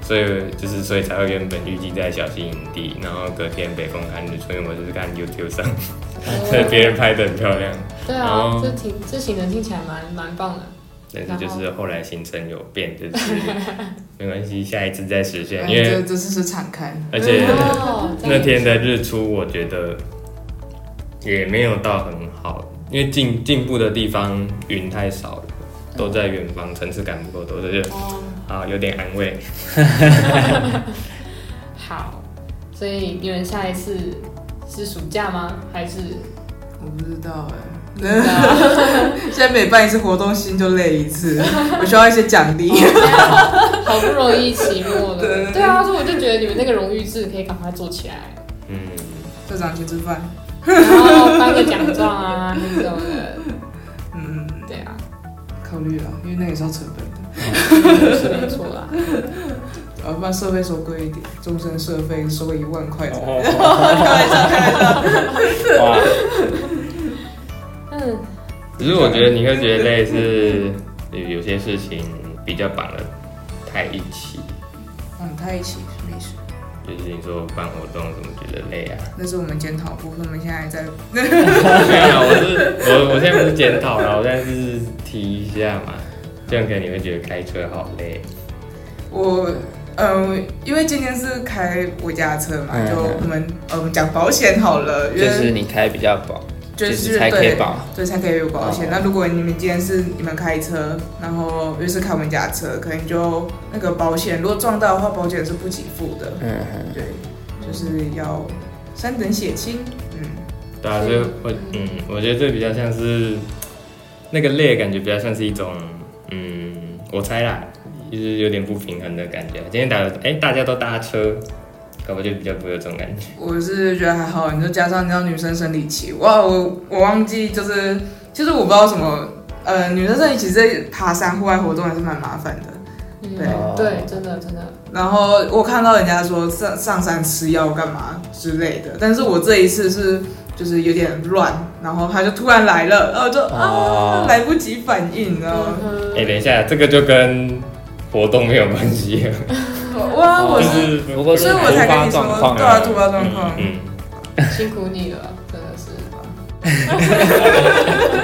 [SPEAKER 3] 所以就是，所以才会原本预计在小溪营地，然后隔天北风看日出，因为我就是看 YouTube 上，所以
[SPEAKER 1] 哦
[SPEAKER 3] *laughs* 别人哦拍的很漂亮。
[SPEAKER 1] 对
[SPEAKER 3] 然
[SPEAKER 1] 啊
[SPEAKER 3] 后，
[SPEAKER 1] 这挺这行程听起来蛮蛮棒的。
[SPEAKER 3] 但是就是后来行程有变，就是没关系，下一次再实现。
[SPEAKER 4] 反
[SPEAKER 3] 因
[SPEAKER 4] 正这
[SPEAKER 3] 为
[SPEAKER 4] 这次是敞开，
[SPEAKER 3] 而且
[SPEAKER 1] 哦这
[SPEAKER 3] 那
[SPEAKER 1] 样
[SPEAKER 3] 天的日出，我觉得也没有到很好，因为进进步的地方云太少了，都在远方，层次感不够多，这就
[SPEAKER 1] 哦
[SPEAKER 3] 啊有点安慰。
[SPEAKER 1] 好，所以你们下一次是暑假吗？还是？ *laughs*
[SPEAKER 4] 我不知道哎、 *laughs* 现在每办一次活动，心就累一 *laughs* 次，我需要一些奖 *laughs* 励。
[SPEAKER 1] 好不容易期末了，
[SPEAKER 4] 对
[SPEAKER 1] 对啊，所以我就觉得你们那个荣誉制可以赶快做起来，
[SPEAKER 3] 嗯，
[SPEAKER 4] 社长请吃饭，
[SPEAKER 1] 然后颁个奖状啊那种的，
[SPEAKER 4] 嗯，
[SPEAKER 1] 对啊，
[SPEAKER 4] 考虑了，因为那也是要成本的，
[SPEAKER 1] 是没错啦。
[SPEAKER 4] 要哦不然社费收贵一点，终身社费收个一万块。 *laughs*
[SPEAKER 2] 哦，
[SPEAKER 4] 开玩笑，开玩笑。
[SPEAKER 2] 哇，
[SPEAKER 1] 嗯，
[SPEAKER 3] 只是我觉得你会觉得累是有些事情比较绑得太一起，
[SPEAKER 4] 嗯，他一起没事，
[SPEAKER 3] 就是你说办活动怎么觉得累啊？
[SPEAKER 4] 那是我们检讨部分，我们现在在
[SPEAKER 3] 没有，我是我我现在不是检讨了，我现在是提一下嘛，这样可能你会觉得开车好累。
[SPEAKER 4] 我。嗯，因为今天是开我家的车嘛，
[SPEAKER 2] 嗯
[SPEAKER 4] 就我们呃我们讲保险好了，因为
[SPEAKER 2] 就是你开比较薄，
[SPEAKER 4] 就
[SPEAKER 2] 就是
[SPEAKER 4] 是
[SPEAKER 2] 才可以
[SPEAKER 4] 对
[SPEAKER 2] 保
[SPEAKER 4] 对，才可以有保险。
[SPEAKER 2] 哦
[SPEAKER 4] 那如果你们今天是你们开车，然后又是开我们家的车，可能就那个保险，如果撞到的话，保险是不给付的。
[SPEAKER 2] 嗯哼，
[SPEAKER 4] 对，就是要三等血清。嗯，
[SPEAKER 3] 对啊，所以我嗯，我觉得这比较像是那个累，感觉比较像是一种嗯，我猜啦，就是有点不平衡的感觉。今天打哎、大家都搭车，搞不好就比较不会有这种感觉。
[SPEAKER 4] 我是觉得还好，你就加上你知道女生生理期，哇，我我忘记就是，其实我不知道什么，呃，女生生理期这爬山户外活动还是蛮麻烦的。
[SPEAKER 1] 嗯
[SPEAKER 4] 对
[SPEAKER 1] 对，真的真的，
[SPEAKER 4] 然后我看到人家说上上山吃药干嘛之类的，但是我这一次是就是有点乱，然后他就突然来了，然后我就啊
[SPEAKER 2] 哦
[SPEAKER 4] 来不及反应，然后
[SPEAKER 1] 嗯哼
[SPEAKER 3] 哎、等一下，这个就跟活动没有关系了，
[SPEAKER 4] 哇我，
[SPEAKER 2] 哦就是
[SPEAKER 3] 是
[SPEAKER 2] 不过
[SPEAKER 4] 所
[SPEAKER 2] 是
[SPEAKER 4] 以
[SPEAKER 2] 突
[SPEAKER 4] 我才跟
[SPEAKER 2] 发
[SPEAKER 4] 你
[SPEAKER 2] 状
[SPEAKER 4] 说，
[SPEAKER 2] 况
[SPEAKER 4] 对啊，
[SPEAKER 2] 啊，
[SPEAKER 4] 突发状况，
[SPEAKER 3] 嗯，
[SPEAKER 1] 辛苦你了，真的是。
[SPEAKER 4] 这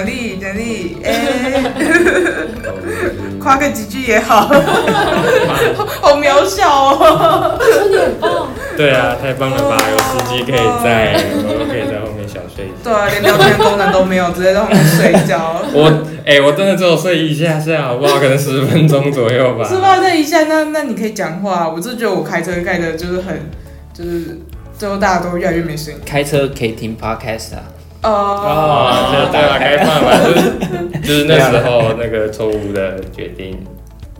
[SPEAKER 4] 奖励奖励，哎、
[SPEAKER 3] 我就是
[SPEAKER 4] 夸个几句
[SPEAKER 2] *laughs*
[SPEAKER 4] 也好，好渺小哦。
[SPEAKER 1] 我说你很棒，
[SPEAKER 3] 对啊，太棒了吧！有司机可以在，我可以在后面小睡一下。
[SPEAKER 4] 对啊，连聊天功能都没有，直接让我们睡觉。
[SPEAKER 3] 我哎、我真的只有睡一下下，好不好？可能十分钟左右吧。
[SPEAKER 4] 是吧？那一下，那那你可以讲话。啊我是觉得我开车开的就是很，就是最后大家都越来越没声音。
[SPEAKER 2] 开车可以听 podcast 啊，
[SPEAKER 4] 哦、
[SPEAKER 3] 哦，这对啊，该放了，就是就是那时候那个错误的决定，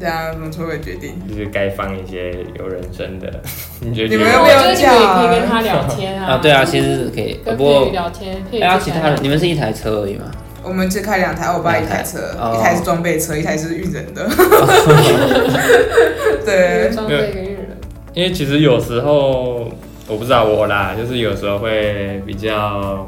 [SPEAKER 4] 对啊，怎么做个决定？
[SPEAKER 3] 就是该放一些有人声的。你觉
[SPEAKER 4] 你们
[SPEAKER 3] 得
[SPEAKER 4] 要
[SPEAKER 1] 我
[SPEAKER 4] 不
[SPEAKER 1] 觉
[SPEAKER 4] 要
[SPEAKER 1] 得你可以可以跟他聊天啊。
[SPEAKER 2] 啊对啊，其实是可以，
[SPEAKER 1] 跟
[SPEAKER 2] 不
[SPEAKER 1] 佩
[SPEAKER 2] 过
[SPEAKER 1] 宇聊天，佩宇
[SPEAKER 2] 哎啊，
[SPEAKER 1] 之
[SPEAKER 2] 其
[SPEAKER 1] 前
[SPEAKER 2] 他人你们是一台车而已嘛，
[SPEAKER 4] 我们只开两台，我爸一台车，
[SPEAKER 2] 两台哦
[SPEAKER 4] 一台是装备车，一台是运人的。 *laughs* 对，
[SPEAKER 1] 装备跟日人，
[SPEAKER 3] 因为其实有时候我不知道我啦，就是有时候会比较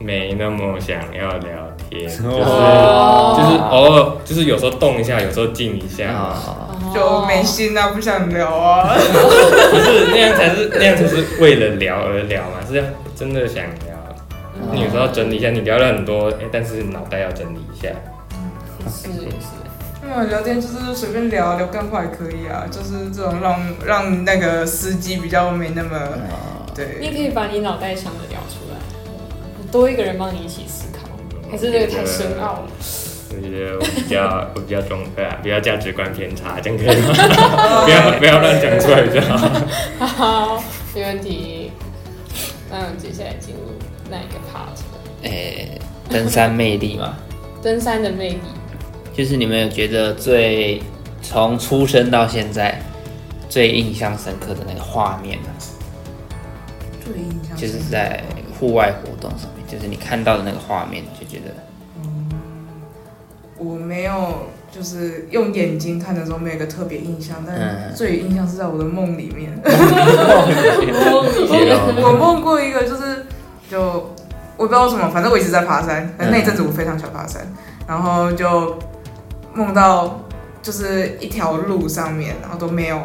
[SPEAKER 3] 没那么想要聊天，就是、
[SPEAKER 1] 哦
[SPEAKER 3] 就是偶尔就是有时候动一下，有时候静一下，
[SPEAKER 4] 哦
[SPEAKER 2] 啊，
[SPEAKER 1] 哦
[SPEAKER 4] 就没心啊，不想聊啊。
[SPEAKER 3] 不是那样才是那样才是为了聊而聊嘛，是要真的想聊。你
[SPEAKER 2] 嗯
[SPEAKER 3] 有时候整理一下，你聊了很多，哎、但是脑袋要整理一下。
[SPEAKER 1] 是是，
[SPEAKER 4] 那我聊天就是随便聊聊干话也可以啊，就是这种让让那个司机比较没那么
[SPEAKER 2] 哦
[SPEAKER 1] 你
[SPEAKER 4] 对。
[SPEAKER 1] 可以把你脑袋想的聊出来，多一个人帮你一起思考，还是这个太深奥了。
[SPEAKER 3] 我觉得我比较我比较中分啊，比较价值观偏差，这样可以 *laughs* 吗？不要不要乱讲出来比较好。
[SPEAKER 1] 好，没问题。那我们接下来进入那一个 part，了
[SPEAKER 2] 诶，哎登山魅力嘛，
[SPEAKER 1] 登山的魅
[SPEAKER 2] *laughs*
[SPEAKER 1] 力。
[SPEAKER 2] 就是你们有觉得最从出生到现在最印象深刻的那个画面啊吗？
[SPEAKER 4] 对，印象
[SPEAKER 2] 就是
[SPEAKER 4] 深刻
[SPEAKER 2] 在户外活动上面，就是你看到的那个画面，就觉得
[SPEAKER 4] 我没有就是用眼睛看的时候没有一个特别印象，但
[SPEAKER 2] 嗯
[SPEAKER 4] 最有印象是在我的梦里面，
[SPEAKER 1] 哦
[SPEAKER 3] 天啊
[SPEAKER 4] *laughs* 我梦过一个就是就我不知道为什么，反正我一直在爬山，那一阵子我非常想爬山，然后就梦到就是一条路上面，然后都没有。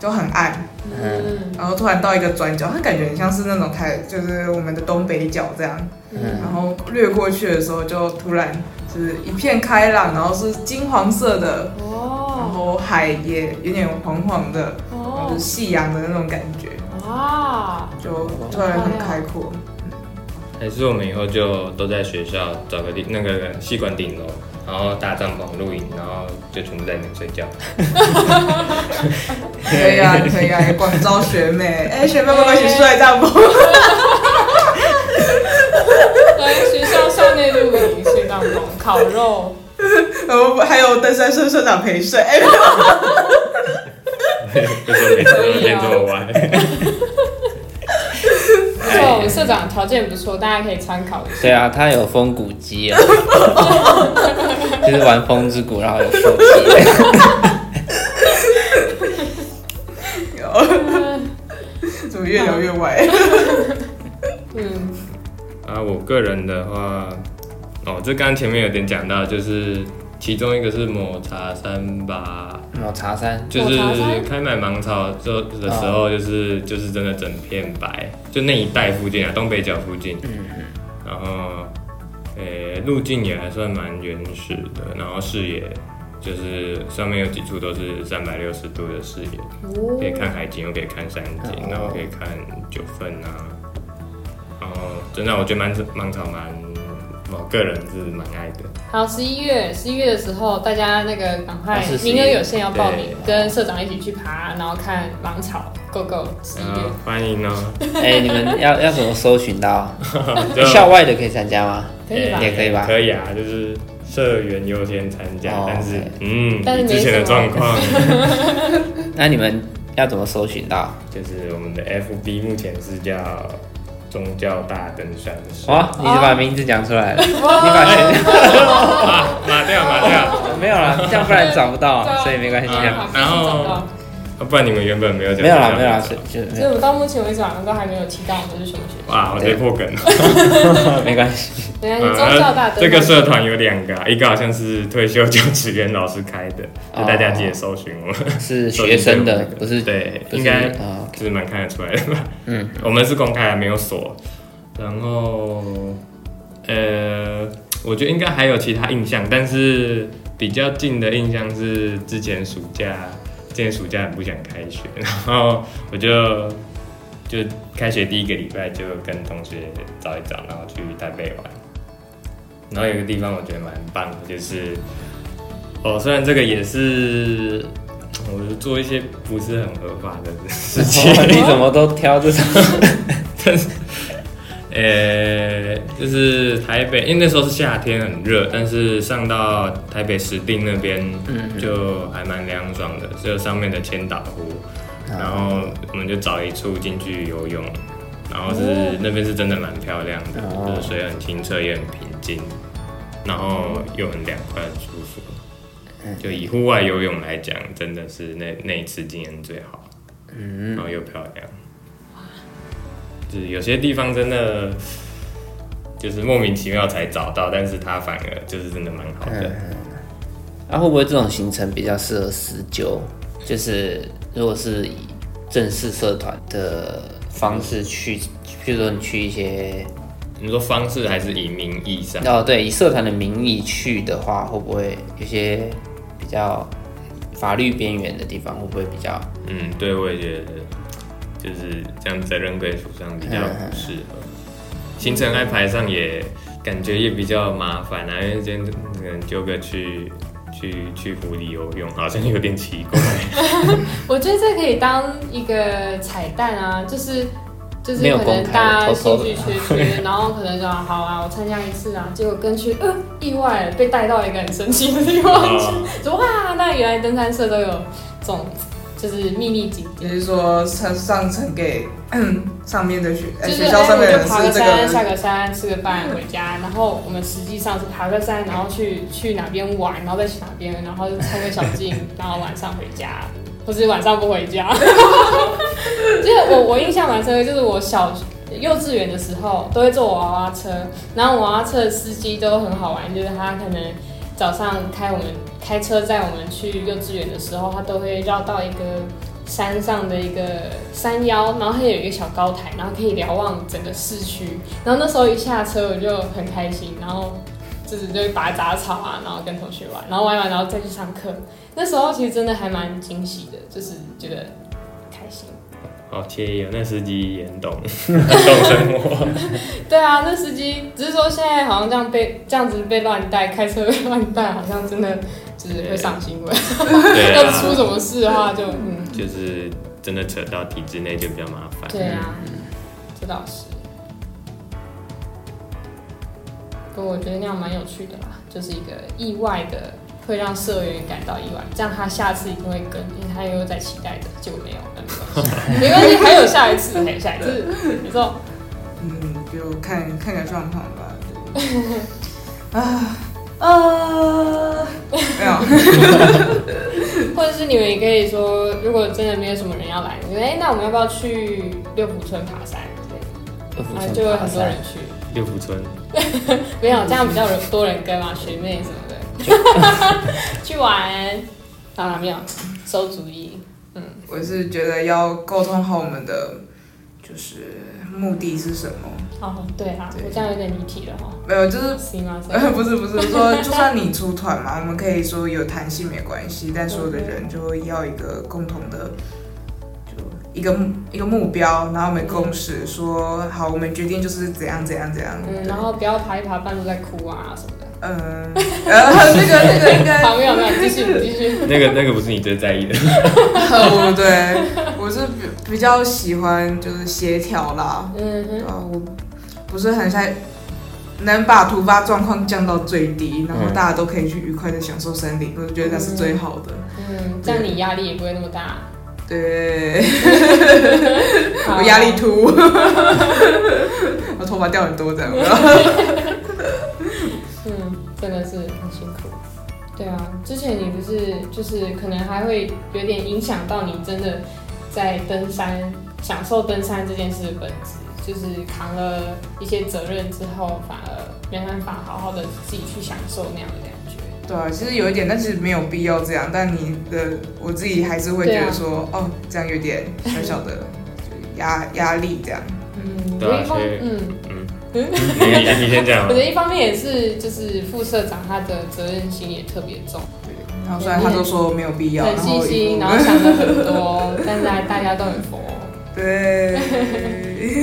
[SPEAKER 4] 就很暗，
[SPEAKER 1] 嗯，
[SPEAKER 4] 然后突然到一个转角，它感觉很像是那种台，就是我们的东北角这样。
[SPEAKER 2] 嗯
[SPEAKER 4] 然后掠过去的时候，就突然就是一片开朗，然后是金黄色的，然
[SPEAKER 1] 哦
[SPEAKER 4] 后海也有点黄黄的，然后
[SPEAKER 1] 哦
[SPEAKER 4] 就是夕阳的那种感觉，
[SPEAKER 1] 哇，
[SPEAKER 4] 就突然很开
[SPEAKER 1] 哦
[SPEAKER 4] 阔。
[SPEAKER 3] 还是我们以后就都在学校找个地那个系馆顶楼，然后搭帐篷露营，然后就全部在里面睡 *laughs* 觉。
[SPEAKER 4] 可以啊，可以啊，广招学
[SPEAKER 1] *laughs*
[SPEAKER 4] 妹，哎、学妹要不要一起睡帐篷？
[SPEAKER 1] 来学校校内露营，睡帐篷，烤肉，
[SPEAKER 4] 然后还有登山社社长陪睡，哎、
[SPEAKER 3] 为什么每次都变这么晚？
[SPEAKER 1] 不错，社长条件不错，大家可以参考一下。
[SPEAKER 2] 对啊，它有风谷机啊，就是玩风之谷，然后有风机，
[SPEAKER 4] 怎么越聊越歪？
[SPEAKER 1] 嗯，
[SPEAKER 3] 啊，我个人的话，哦，这刚刚前面有点讲到，就是其中一个是抹茶山吧，
[SPEAKER 2] 抹茶山，
[SPEAKER 3] 就是
[SPEAKER 1] 抹茶啊山
[SPEAKER 3] 开满芒草之后的时候，就是、就是真的整片白，就那一带附近啊，东北角附近，
[SPEAKER 1] 嗯
[SPEAKER 3] 然后，诶、路径也还算蛮原始的，然后视野就是上面有几处都是三百六十度的视野，可以看海景，又可以看山景
[SPEAKER 2] 哦，
[SPEAKER 3] 然后可以看九份啊。然后真的，我觉得蛮芒草蛮，我个人是蛮爱的。
[SPEAKER 1] 好，十一月十一月的时候，大家那个赶快
[SPEAKER 2] 哦是11
[SPEAKER 1] 名额有限，要报名，
[SPEAKER 3] 对
[SPEAKER 1] 跟社长一起去爬，然后看芒草，Go Go，十一
[SPEAKER 3] 然
[SPEAKER 1] 月
[SPEAKER 3] 后。欢迎
[SPEAKER 1] *laughs*
[SPEAKER 3] 哦，
[SPEAKER 2] 哎、你们要要怎么搜寻到啊？
[SPEAKER 3] 就
[SPEAKER 2] 校外的可以参加吗？
[SPEAKER 1] 可以吧
[SPEAKER 2] 也可以吧？
[SPEAKER 3] 可以啊，就是社员优先参加，
[SPEAKER 2] 哦
[SPEAKER 3] 但是
[SPEAKER 2] OK
[SPEAKER 3] 嗯，
[SPEAKER 1] 但是
[SPEAKER 3] 以
[SPEAKER 1] 没
[SPEAKER 3] 之前的
[SPEAKER 1] 什么
[SPEAKER 3] 状况
[SPEAKER 1] *laughs*
[SPEAKER 2] 那你们要怎么搜寻
[SPEAKER 3] 啊
[SPEAKER 2] 到？
[SPEAKER 3] 就是我们的 FB 目前是叫宗教大登山社，
[SPEAKER 2] 哇，你就把名字讲出来了，你把
[SPEAKER 3] 哎
[SPEAKER 2] 全
[SPEAKER 3] 啊，码掉码掉，
[SPEAKER 2] 没有啦，这样不然找不到，所以没关系
[SPEAKER 1] 啊
[SPEAKER 2] 啊。
[SPEAKER 1] 必须找到
[SPEAKER 3] 啊不然你们原本没有讲
[SPEAKER 2] 没有啦，
[SPEAKER 3] 宗教
[SPEAKER 2] 没有啦，
[SPEAKER 3] 大
[SPEAKER 2] 是
[SPEAKER 3] 登山
[SPEAKER 2] 就
[SPEAKER 1] 所以我们到目前为止好像都还没有提到我们是什么学校。
[SPEAKER 3] 哇，我直接破梗了。
[SPEAKER 2] 没关
[SPEAKER 3] *laughs*
[SPEAKER 2] 系。
[SPEAKER 1] 原来是宗教大
[SPEAKER 3] 呃
[SPEAKER 1] 灯。
[SPEAKER 3] 这个社团有两个啊，一个好像是退休教职员老师开的，就大家记得搜寻我们。
[SPEAKER 2] 是学生的，不是
[SPEAKER 3] 对，
[SPEAKER 2] 不是
[SPEAKER 3] 应该
[SPEAKER 2] 啊
[SPEAKER 3] 就是蛮看得出来的吧。嗯，我们是公开的，没有锁。然后，呃，我觉得应该还有其他印象，但是比较近的印象是之前暑假，之前暑假很不想开学，然后我就就开学第一个礼拜就跟同学找一找，然后去台北玩。然后有一个地方我觉得蛮棒的，就是哦，虽然这个也是我就做一些不是很合法的事情，
[SPEAKER 2] 你怎么都挑这种？ *laughs*
[SPEAKER 1] 啊
[SPEAKER 3] *laughs* 呃、就是台北，因为那时候是夏天很热，但是上到台北石碇那边就还蛮凉爽的，就上面的千岛湖，然后我们就找一处进去游泳，然后是那边是真的蛮漂亮的，
[SPEAKER 2] 哦
[SPEAKER 3] 就是水很清澈也很平静，然后又很凉快很舒服。就以户外游泳来讲，真的是那那一次经验最好，然后又漂亮。就是有些地方真的就是莫名其妙才找到，但是它反而就是真的蛮好的。
[SPEAKER 1] 哎
[SPEAKER 2] 啊，会不会这种行程比较适合私揪？就是如果是以正式社团的方式去，譬如说你去一些
[SPEAKER 3] 你说方式还是以名义上，
[SPEAKER 2] 哦，对，以社团的名义去的话，会不会有些比较法律边缘的地方？会不会比较
[SPEAKER 3] 嗯，对，我也觉得就是这样责任归属上比较不适合，行程安排上也感觉也比较麻烦啊，因为今天可能揪个去去去湖里游泳，好像有点奇
[SPEAKER 1] *laughs*
[SPEAKER 3] 怪。
[SPEAKER 1] 我觉得这可以当一个彩蛋啊，就是就是
[SPEAKER 2] 没有
[SPEAKER 1] 可
[SPEAKER 2] 公
[SPEAKER 1] 能
[SPEAKER 2] 开
[SPEAKER 1] 大家
[SPEAKER 2] 偷偷
[SPEAKER 1] 兴
[SPEAKER 2] 的
[SPEAKER 1] 趣缺缺， *laughs* 然后可能就啊好啊，我参加一次啊，结果跟去，呃，意外被带到一个很神奇的地方去，
[SPEAKER 3] 啊
[SPEAKER 1] *laughs* 说哇，那原来登山社都有这种就是秘密景
[SPEAKER 4] 也
[SPEAKER 1] 点，
[SPEAKER 4] 是说上上层给 *clears throat* 上面的学、呃
[SPEAKER 1] 就是
[SPEAKER 4] 学校上面
[SPEAKER 1] 哎我
[SPEAKER 4] 的人
[SPEAKER 1] 就爬个
[SPEAKER 4] 是这
[SPEAKER 1] 山，下
[SPEAKER 4] 个
[SPEAKER 1] 个山，吃个饭回家，然后我们实际上是爬个山，然后去去哪边玩，然后再去哪边，然后冲个小径，然后晚上回家，或是晚上不回家。 *laughs* 就是我我印象蛮深刻，就是我小幼稚园的时候都会坐娃娃车，然后娃娃车的司机都很好玩，就是他可能早上开我们开车载我们去幼稚园的时候，他都会绕到一个山上的一个山腰，然后它有一个小高台，然后可以瞭望整个市区。然后那时候一下车我就很开心，然后就是就会拔杂草啊，然后跟同学玩，然后玩一玩，然后再去上课。那时候其实真的还蛮惊喜的，就是觉得开心。
[SPEAKER 3] 好惬意哦，那司机也很懂， *laughs* 很懂生活。
[SPEAKER 1] 对啊，那司机只是说现在好像这样被这样子被乱带，开车被乱带，好像真的就是会上新闻。
[SPEAKER 3] 对
[SPEAKER 1] *laughs* *laughs* 要出
[SPEAKER 3] 啊，
[SPEAKER 1] 什么事的话就嗯，
[SPEAKER 3] 就是真的扯到体制内就比较麻烦。
[SPEAKER 1] 对啊，这倒是。不过我觉得那样蛮有趣的啦，就是一个意外的，会让社员感到意外，这样他下次一定会跟，因为他又在期待着，结果没有，那没
[SPEAKER 2] *laughs*
[SPEAKER 1] 关系，没关系，还有下一次，还有下一次，你说
[SPEAKER 4] 嗯，就看看个状况吧。
[SPEAKER 1] *laughs*
[SPEAKER 4] 对啊啊， *laughs* 没有，
[SPEAKER 1] 或者是你们也可以说，如果真的没有什么人要来，你们哎、那我们要不要去六福村爬山之类的？
[SPEAKER 2] 二福
[SPEAKER 1] 啊，
[SPEAKER 2] 村
[SPEAKER 1] 就会
[SPEAKER 2] 爬
[SPEAKER 1] 很多人
[SPEAKER 2] 山？
[SPEAKER 1] 去，
[SPEAKER 3] 六福村，
[SPEAKER 1] 没有这样比较多人跟嘛，学妹什么 *laughs* 的，去玩。啊，没有，馊主意。
[SPEAKER 4] 我是觉得要沟通好我们的就是目的是什么。
[SPEAKER 1] 哦，对啊，我这样有点离题了哈。
[SPEAKER 4] 没有，就是 *laughs*
[SPEAKER 1] 行啊 *laughs* 吗？所以
[SPEAKER 4] 呃，不是不是，我说就算你出团嘛，我们可以说有弹性没关系，但所有的人就会要一个共同的，就一个目一个目标，然后我们共识说好，我们决定就是怎样怎样怎样。
[SPEAKER 1] 嗯，
[SPEAKER 4] 对
[SPEAKER 1] 然后不要爬一爬半路在哭啊什么的。
[SPEAKER 4] 嗯，呃，那个那个应该
[SPEAKER 1] *laughs* 好，没有没有，继续继续。
[SPEAKER 3] 那个那个不是你最在意的。
[SPEAKER 4] 呃，对，我是比比较喜欢就是协调啦，
[SPEAKER 1] 嗯哼，
[SPEAKER 4] 啊，我不是很想能把突发状况降到最低，然后
[SPEAKER 2] 嗯
[SPEAKER 4] 大家都可以去愉快的享受森林，我觉得那是最好的。
[SPEAKER 1] 嗯，这样你压力也不会那么 *laughs* 大。
[SPEAKER 4] 对，
[SPEAKER 1] 好
[SPEAKER 4] 我压力秃， *laughs* 我头发掉很多这样。
[SPEAKER 1] 嗯，真的是很辛苦。对啊，之前你不是就是可能还会有点影响到你真的在登山享受登山这件事的本质，就是扛了一些责任之后，反而没办法好好的自己去享受那样的感觉。
[SPEAKER 4] 对啊，其实有一点，但是没有必要这样。但你的我自己还是会觉得说，
[SPEAKER 1] 啊
[SPEAKER 4] 哦，这样有点小小的就压压力这样。
[SPEAKER 1] 嗯，
[SPEAKER 3] 对啊
[SPEAKER 1] 有一方
[SPEAKER 3] 所以
[SPEAKER 1] 嗯
[SPEAKER 3] 嗯，你你先讲
[SPEAKER 1] 我觉，得一方面也是，就是副社长他的责任心也特别重，
[SPEAKER 4] 然后虽然他都说没有必要，
[SPEAKER 1] 很
[SPEAKER 4] 然
[SPEAKER 1] 细
[SPEAKER 4] 后
[SPEAKER 1] 心，啊然后想了很多，但是大家都很佛。
[SPEAKER 4] 对，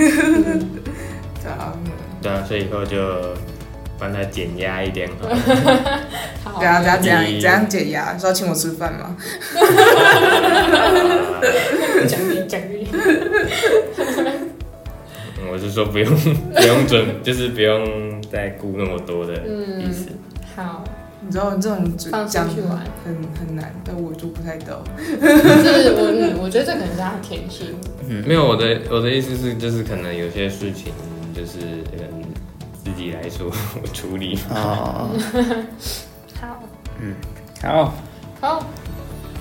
[SPEAKER 4] *laughs*
[SPEAKER 1] *laughs*
[SPEAKER 4] 对啊，
[SPEAKER 3] 对啊，所以以后就帮他减压一 *laughs* 点好了。
[SPEAKER 1] 好
[SPEAKER 4] 对，啊，怎样怎样
[SPEAKER 3] 你
[SPEAKER 4] 怎样解压？说要请我吃饭吗？
[SPEAKER 1] 奖励奖励。
[SPEAKER 3] 嗯我是说不用不用准，就是不用再顾那么多的意思。
[SPEAKER 1] 好，
[SPEAKER 4] 你知道这种只
[SPEAKER 1] 放
[SPEAKER 4] 讲
[SPEAKER 1] 出去玩
[SPEAKER 4] 很很难，但我做不太到。
[SPEAKER 1] 就是我嗯我觉得这可能是他的天性，
[SPEAKER 3] 没有，我的我的意思是，就是可能有些事情就是嗯自己来说我处理。
[SPEAKER 2] 哦，
[SPEAKER 1] 好，
[SPEAKER 2] 好，
[SPEAKER 1] 好，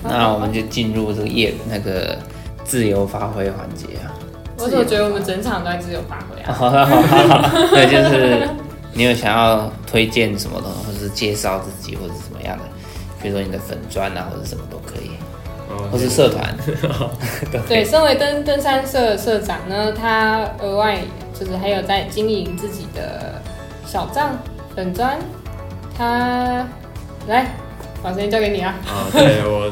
[SPEAKER 2] 那我们就进入这个业那个自由发挥环节啊。
[SPEAKER 1] 我怎么觉得我们整场都在自由发挥啊？
[SPEAKER 2] 好了好了， *laughs* 对，就是你有想要推荐什么东西，或者是介绍自己，或者是怎么样的，比如说你的粉砖啊，或者什么都可以，
[SPEAKER 3] 哦
[SPEAKER 2] 或是社团都可
[SPEAKER 1] 对，
[SPEAKER 2] 以。
[SPEAKER 1] 身为登登山社的社长呢，他额外就是还有在经营自己的小账粉砖，他来把时间交给你啊。
[SPEAKER 3] 啊，对我，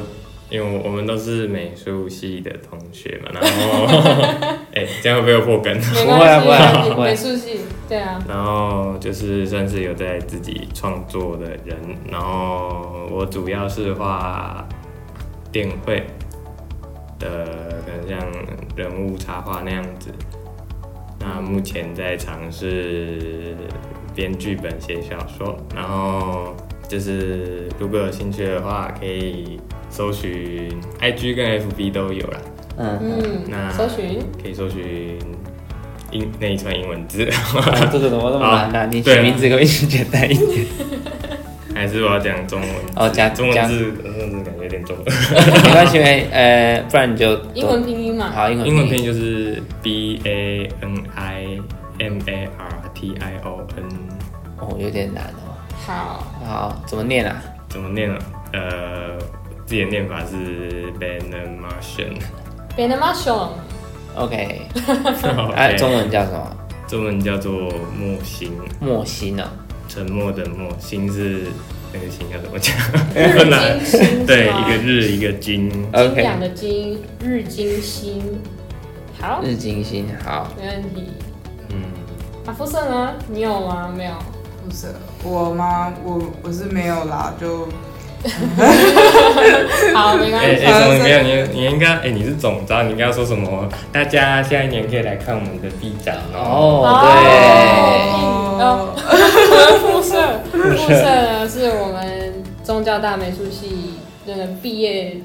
[SPEAKER 3] 因为我我们都是美术系的同学嘛，然后 *laughs* 哎、这样会不会有破梗？
[SPEAKER 1] 没
[SPEAKER 2] 不会啊
[SPEAKER 1] 关系啊，
[SPEAKER 2] 不会啊
[SPEAKER 1] 你
[SPEAKER 2] 不会
[SPEAKER 1] 美术系，对啊，
[SPEAKER 3] 然后就是算是有在自己创作的人，然后我主要是画电绘的，可能像人物插画那样子。那目前在尝试编剧本、写小说，然后就是如果有兴趣的话，可以搜寻 IG 跟 FB 都有啦，
[SPEAKER 2] 嗯，
[SPEAKER 1] 嗯
[SPEAKER 3] 那，
[SPEAKER 1] 搜寻
[SPEAKER 3] 可以搜寻英那一串英
[SPEAKER 1] *laughs*
[SPEAKER 3] 文字。
[SPEAKER 2] 啊这个怎么那么难呢、啊？你
[SPEAKER 3] 对
[SPEAKER 2] 取
[SPEAKER 3] 啊
[SPEAKER 2] 名字可不可以简单一点？
[SPEAKER 3] 还是我要讲中文
[SPEAKER 2] 哦讲
[SPEAKER 3] 中文
[SPEAKER 2] 讲
[SPEAKER 3] 字，中文字感觉有点
[SPEAKER 2] *laughs*
[SPEAKER 3] 重。
[SPEAKER 2] 没关系，
[SPEAKER 3] *laughs*
[SPEAKER 2] 没呃，不然你就
[SPEAKER 1] 英文拼音嘛，
[SPEAKER 2] 好，英文
[SPEAKER 3] 英文拼
[SPEAKER 2] 拼
[SPEAKER 3] 音就是 B A N I M A R T I O N，
[SPEAKER 2] 哦，有点难哦。
[SPEAKER 1] 好，
[SPEAKER 2] 好，怎么念啊？
[SPEAKER 3] 怎么念啊？呃，自己的念法是 Bannon Martian。
[SPEAKER 1] b e n a m a s h o
[SPEAKER 2] OK，哎、
[SPEAKER 3] OK
[SPEAKER 2] 中文叫什么？
[SPEAKER 3] 中文叫做墨心，
[SPEAKER 2] 莫心哦，
[SPEAKER 3] 沉默的墨，心是那个心要怎么讲？ *laughs*
[SPEAKER 1] n
[SPEAKER 3] 很难
[SPEAKER 1] 日。金星，
[SPEAKER 3] 对，
[SPEAKER 1] 是吗
[SPEAKER 3] 一个日，一个金。
[SPEAKER 1] 金
[SPEAKER 2] OK
[SPEAKER 1] 两的金，日金星，好，
[SPEAKER 2] 日金星。好，
[SPEAKER 1] 没问题。
[SPEAKER 3] 嗯，
[SPEAKER 1] 啊，肤色呢？你有吗？ *laughs* 没有。
[SPEAKER 4] 不是我吗？我我是没有啦，就
[SPEAKER 1] 好，没
[SPEAKER 3] 哎
[SPEAKER 1] 关系。
[SPEAKER 3] 哎，什么没有？你你应该哎，你是总招，你应该要说什么？大家下一年可以来看我们的 B 展哦。
[SPEAKER 1] 哦，
[SPEAKER 2] 哦，
[SPEAKER 1] *laughs* 肤色，肤色呢是我们宗教大美术系那个毕业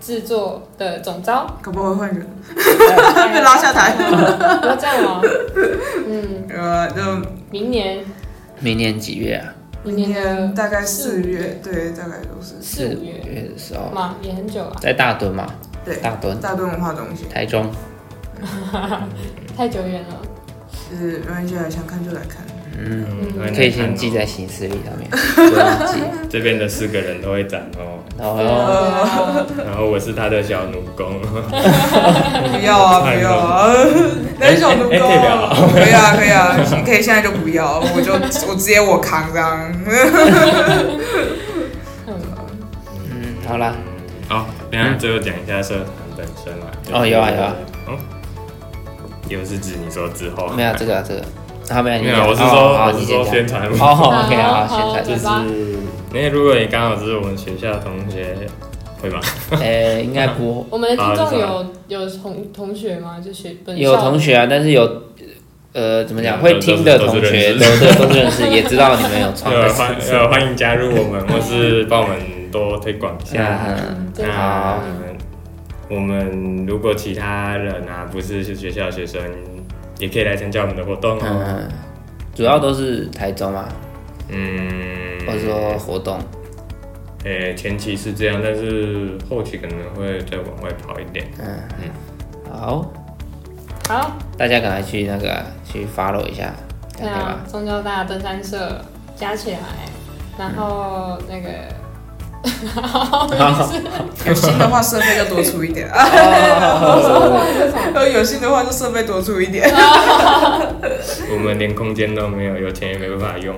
[SPEAKER 1] 制作的总招，
[SPEAKER 4] 可不可以换人？
[SPEAKER 1] 被
[SPEAKER 4] 被拉下台
[SPEAKER 1] 不要这样哦。嗯，
[SPEAKER 4] 呃，就
[SPEAKER 1] 明年，
[SPEAKER 2] 对，明年几月啊？
[SPEAKER 1] 明年的
[SPEAKER 4] 大概四月，对，大概都是
[SPEAKER 1] 四五月
[SPEAKER 2] 月的时候，
[SPEAKER 1] 嘛，也很久啊了，
[SPEAKER 2] 在大墩嘛，
[SPEAKER 4] 对
[SPEAKER 2] 大墩，
[SPEAKER 4] 大墩文化中心。
[SPEAKER 2] 台中。
[SPEAKER 1] 太久远了。
[SPEAKER 4] 就是没关系啊，想看就来看。
[SPEAKER 3] 嗯欢迎
[SPEAKER 2] 可以
[SPEAKER 3] 来看
[SPEAKER 2] 先
[SPEAKER 3] 哦
[SPEAKER 2] 记在行事历上
[SPEAKER 3] *laughs*
[SPEAKER 2] 面，不要记。
[SPEAKER 3] 这边的四个人都会展
[SPEAKER 2] *laughs*
[SPEAKER 3] 哦，
[SPEAKER 2] 然
[SPEAKER 1] 对
[SPEAKER 2] 后
[SPEAKER 1] 啊
[SPEAKER 3] 然后我是他的小奴
[SPEAKER 2] *laughs*
[SPEAKER 3] 工，
[SPEAKER 4] 不要啊，不要啊，那是小奴
[SPEAKER 3] 哎哎可以
[SPEAKER 4] 工。
[SPEAKER 3] 聊
[SPEAKER 4] 可以啊，可以啊，你可以现在就不要，我就我直接我扛这样。
[SPEAKER 2] 嗯，好啦，
[SPEAKER 3] 好，那最后讲一下社团本身啦。就是
[SPEAKER 2] 嗯哦有啊有啊。
[SPEAKER 3] 嗯，有是指你说之后？
[SPEAKER 2] 没有这个这个，好没有你
[SPEAKER 3] 没有
[SPEAKER 2] 讲
[SPEAKER 3] 我是
[SPEAKER 2] 哦
[SPEAKER 3] 说
[SPEAKER 2] 好
[SPEAKER 3] 我是
[SPEAKER 2] 你先
[SPEAKER 3] 说
[SPEAKER 2] 讲
[SPEAKER 3] 宣传
[SPEAKER 2] 哦，OK，
[SPEAKER 1] 好
[SPEAKER 2] 好，
[SPEAKER 1] 好
[SPEAKER 2] 宣
[SPEAKER 3] 就
[SPEAKER 2] 传
[SPEAKER 3] 是，因为如果你刚好是我们学校的同学，会吧？
[SPEAKER 2] 呃，应该
[SPEAKER 1] *laughs*
[SPEAKER 2] 不
[SPEAKER 1] 我们的听众有有同同学吗？就学本校
[SPEAKER 2] 有同学啊，但是有。呃，怎么讲？
[SPEAKER 3] 嗯
[SPEAKER 2] 会听的同学
[SPEAKER 3] 都
[SPEAKER 2] 都对都是认
[SPEAKER 1] *laughs*
[SPEAKER 2] 识，也知道你们有创
[SPEAKER 3] 呃，
[SPEAKER 2] 作。
[SPEAKER 3] 欢呃欢迎加入我们，或是帮我们多推广一下。
[SPEAKER 2] 嗯，
[SPEAKER 1] 对
[SPEAKER 3] 那
[SPEAKER 1] 啊
[SPEAKER 2] 好，
[SPEAKER 3] 我们如果其他人啊，不是是学校的学生，也可以来参加我们的活动哦。
[SPEAKER 2] 嗯，主要都是台中嘛，
[SPEAKER 3] 嗯，
[SPEAKER 2] 或者说活动。
[SPEAKER 3] 诶、前期是这样，但是后期可能会再往外跑一点。
[SPEAKER 2] 好，
[SPEAKER 1] 好，
[SPEAKER 2] 大家赶快去那个啊去 follow 一下，
[SPEAKER 1] 对
[SPEAKER 2] 看看
[SPEAKER 1] 啊
[SPEAKER 2] 吧。，
[SPEAKER 1] 宗教大登山社加起来，然后那个哦
[SPEAKER 2] *laughs*
[SPEAKER 1] *laughs*
[SPEAKER 4] 有心的话，设备就多出一点啊；有心的话，就设备多出一点。 *laughs*
[SPEAKER 3] 我们连空间都没有，有钱也没办法用，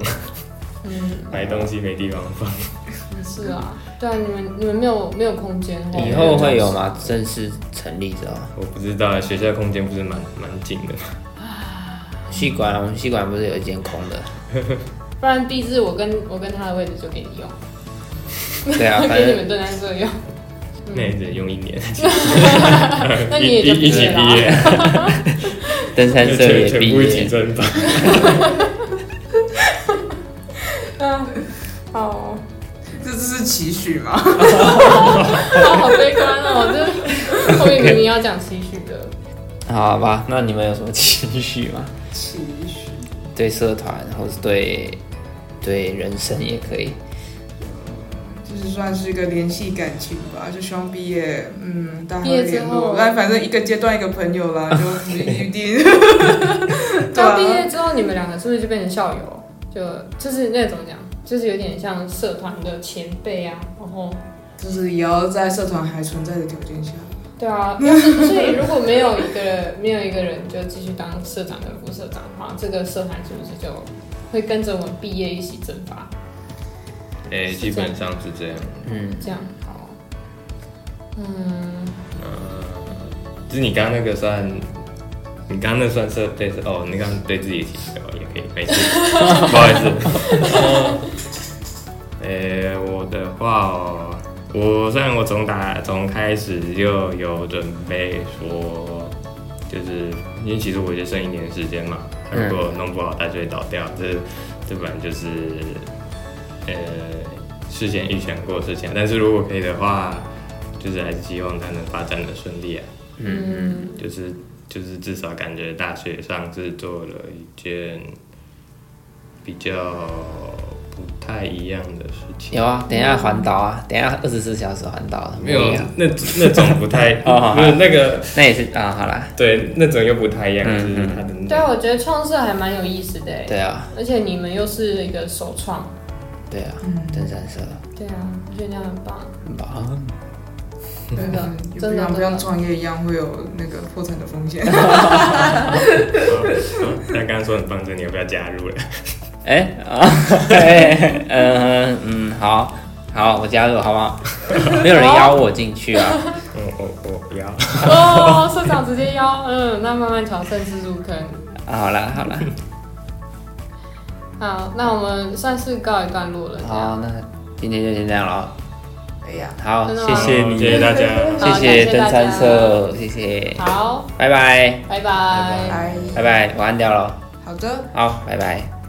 [SPEAKER 1] 嗯，
[SPEAKER 3] 买东西没地方放。
[SPEAKER 1] 是啊，对啊，你们你们没有没有空间哦，
[SPEAKER 2] 以后会有吗？正式成立之后，
[SPEAKER 3] 我不知道，学校空间不是蛮蛮紧的吗，
[SPEAKER 2] 戏馆啊，我们戏馆不是有一间空的？
[SPEAKER 1] 不然必志我跟我跟他的位置就给你用，
[SPEAKER 2] 对
[SPEAKER 1] *laughs*
[SPEAKER 2] 啊，反
[SPEAKER 1] 给你
[SPEAKER 2] 正
[SPEAKER 1] 们蹲在这用，
[SPEAKER 3] 那也只能用一年，
[SPEAKER 1] 那你
[SPEAKER 3] 一
[SPEAKER 1] 也就
[SPEAKER 3] 一一起
[SPEAKER 1] 对
[SPEAKER 3] 毕
[SPEAKER 1] 啦。
[SPEAKER 3] 业，
[SPEAKER 2] 登山
[SPEAKER 3] 就
[SPEAKER 2] 社
[SPEAKER 3] 全
[SPEAKER 2] 也
[SPEAKER 3] 全
[SPEAKER 2] 毕
[SPEAKER 3] 部一起
[SPEAKER 2] 业，
[SPEAKER 3] 增长。
[SPEAKER 1] 嗯，好，
[SPEAKER 4] 这这是期许吗？
[SPEAKER 1] 啊好悲观哦，这后面明明要讲期许的，
[SPEAKER 2] 好吧？那你们有什么情绪吗？ *laughs*
[SPEAKER 4] 期许。
[SPEAKER 2] 对社团，或是对对人生也可以。
[SPEAKER 4] 就是算是一个联系感情吧，就希望毕业，嗯，大家
[SPEAKER 1] 毕业
[SPEAKER 4] 会
[SPEAKER 1] 之
[SPEAKER 4] 联
[SPEAKER 1] 后
[SPEAKER 4] 络，但反正一个阶段一个朋
[SPEAKER 1] *laughs*
[SPEAKER 4] 友啦，就一定，对
[SPEAKER 1] 到毕
[SPEAKER 4] 啊，
[SPEAKER 1] 业之后你们两个是不是就变成校友？就就是那怎么讲，就是有点像社团的前辈啊，然后。
[SPEAKER 4] 就是也要在社团还存在的条件下，
[SPEAKER 1] 对啊，要是所以如果没有一个人，没有一个人就继续当社长跟副社长的话，这个社团是不是就会跟着我们毕业一起蒸发？
[SPEAKER 3] 哎、基本上是这样。
[SPEAKER 2] 嗯，
[SPEAKER 1] 这样好，嗯，
[SPEAKER 3] 就是你刚刚那个算，你刚刚那算是对哦，你刚刚对自己提示哦，也可以，没事，不好意思。呃、我的话哦，我虽然我从打从开始就有准备说，就是因为其实我就剩一年时间嘛，
[SPEAKER 2] 嗯
[SPEAKER 3] 如果弄不好大学倒掉，这这本来就是呃事先预想过的事情，但是如果可以的话，就是还是希望它能发展的顺利啊。
[SPEAKER 1] 嗯
[SPEAKER 3] 就是就是至少感觉大学上是做了一件比较不太一样的事情。
[SPEAKER 2] 有啊，等一下环岛啊，等一下二十四小时环岛，啊
[SPEAKER 3] 没有
[SPEAKER 2] 不一样，
[SPEAKER 3] 那那种不太
[SPEAKER 2] *laughs* 哦好
[SPEAKER 3] 不是那个
[SPEAKER 2] 那也是啊，好啦，
[SPEAKER 3] 对那种又不太一样，
[SPEAKER 2] 嗯
[SPEAKER 3] 就是他的那
[SPEAKER 1] 对啊，我觉得创社还蛮有意思的欸，
[SPEAKER 2] 对啊，
[SPEAKER 1] 而且你们又是一个首创，
[SPEAKER 2] 对啊，
[SPEAKER 4] 嗯，
[SPEAKER 2] 登山社
[SPEAKER 1] 对啊，我觉得这样很 *laughs* 棒，
[SPEAKER 2] 很
[SPEAKER 3] 啊
[SPEAKER 2] 棒，
[SPEAKER 1] 真的
[SPEAKER 4] 嗯就
[SPEAKER 1] 真
[SPEAKER 4] 不
[SPEAKER 1] 的
[SPEAKER 4] 像不
[SPEAKER 1] 真
[SPEAKER 4] 像
[SPEAKER 1] 的，
[SPEAKER 4] 创业一样会有那个破产的
[SPEAKER 1] *laughs*
[SPEAKER 4] 风险，
[SPEAKER 3] *laughs* 他刚刚说很棒，这你要不要加入了？
[SPEAKER 2] 哎啊，哎嗯嗯，好好，我加入好不好？ *laughs* 没有人邀我进去啊，
[SPEAKER 3] 嗯，我我不要。
[SPEAKER 1] 哦，社长直接邀，嗯，那慢慢挑战自助坑。
[SPEAKER 2] 啊好啦好啦，
[SPEAKER 1] 好，那我们算是告一段落了，这样。
[SPEAKER 2] 好，那今天就先这样了，
[SPEAKER 4] 哎呀，
[SPEAKER 2] 好，
[SPEAKER 1] 真的
[SPEAKER 2] 谢
[SPEAKER 1] 吗
[SPEAKER 2] 谢
[SPEAKER 3] 好
[SPEAKER 2] 你，
[SPEAKER 3] 哦谢谢大家。
[SPEAKER 1] 好感
[SPEAKER 2] 谢谢
[SPEAKER 1] 谢大
[SPEAKER 2] 登
[SPEAKER 1] 家
[SPEAKER 2] 山社，谢谢，
[SPEAKER 1] 好，
[SPEAKER 2] 拜拜，
[SPEAKER 1] 拜拜
[SPEAKER 4] 哎，
[SPEAKER 2] 拜拜，我按掉了，
[SPEAKER 4] 好的。
[SPEAKER 2] 好，拜拜。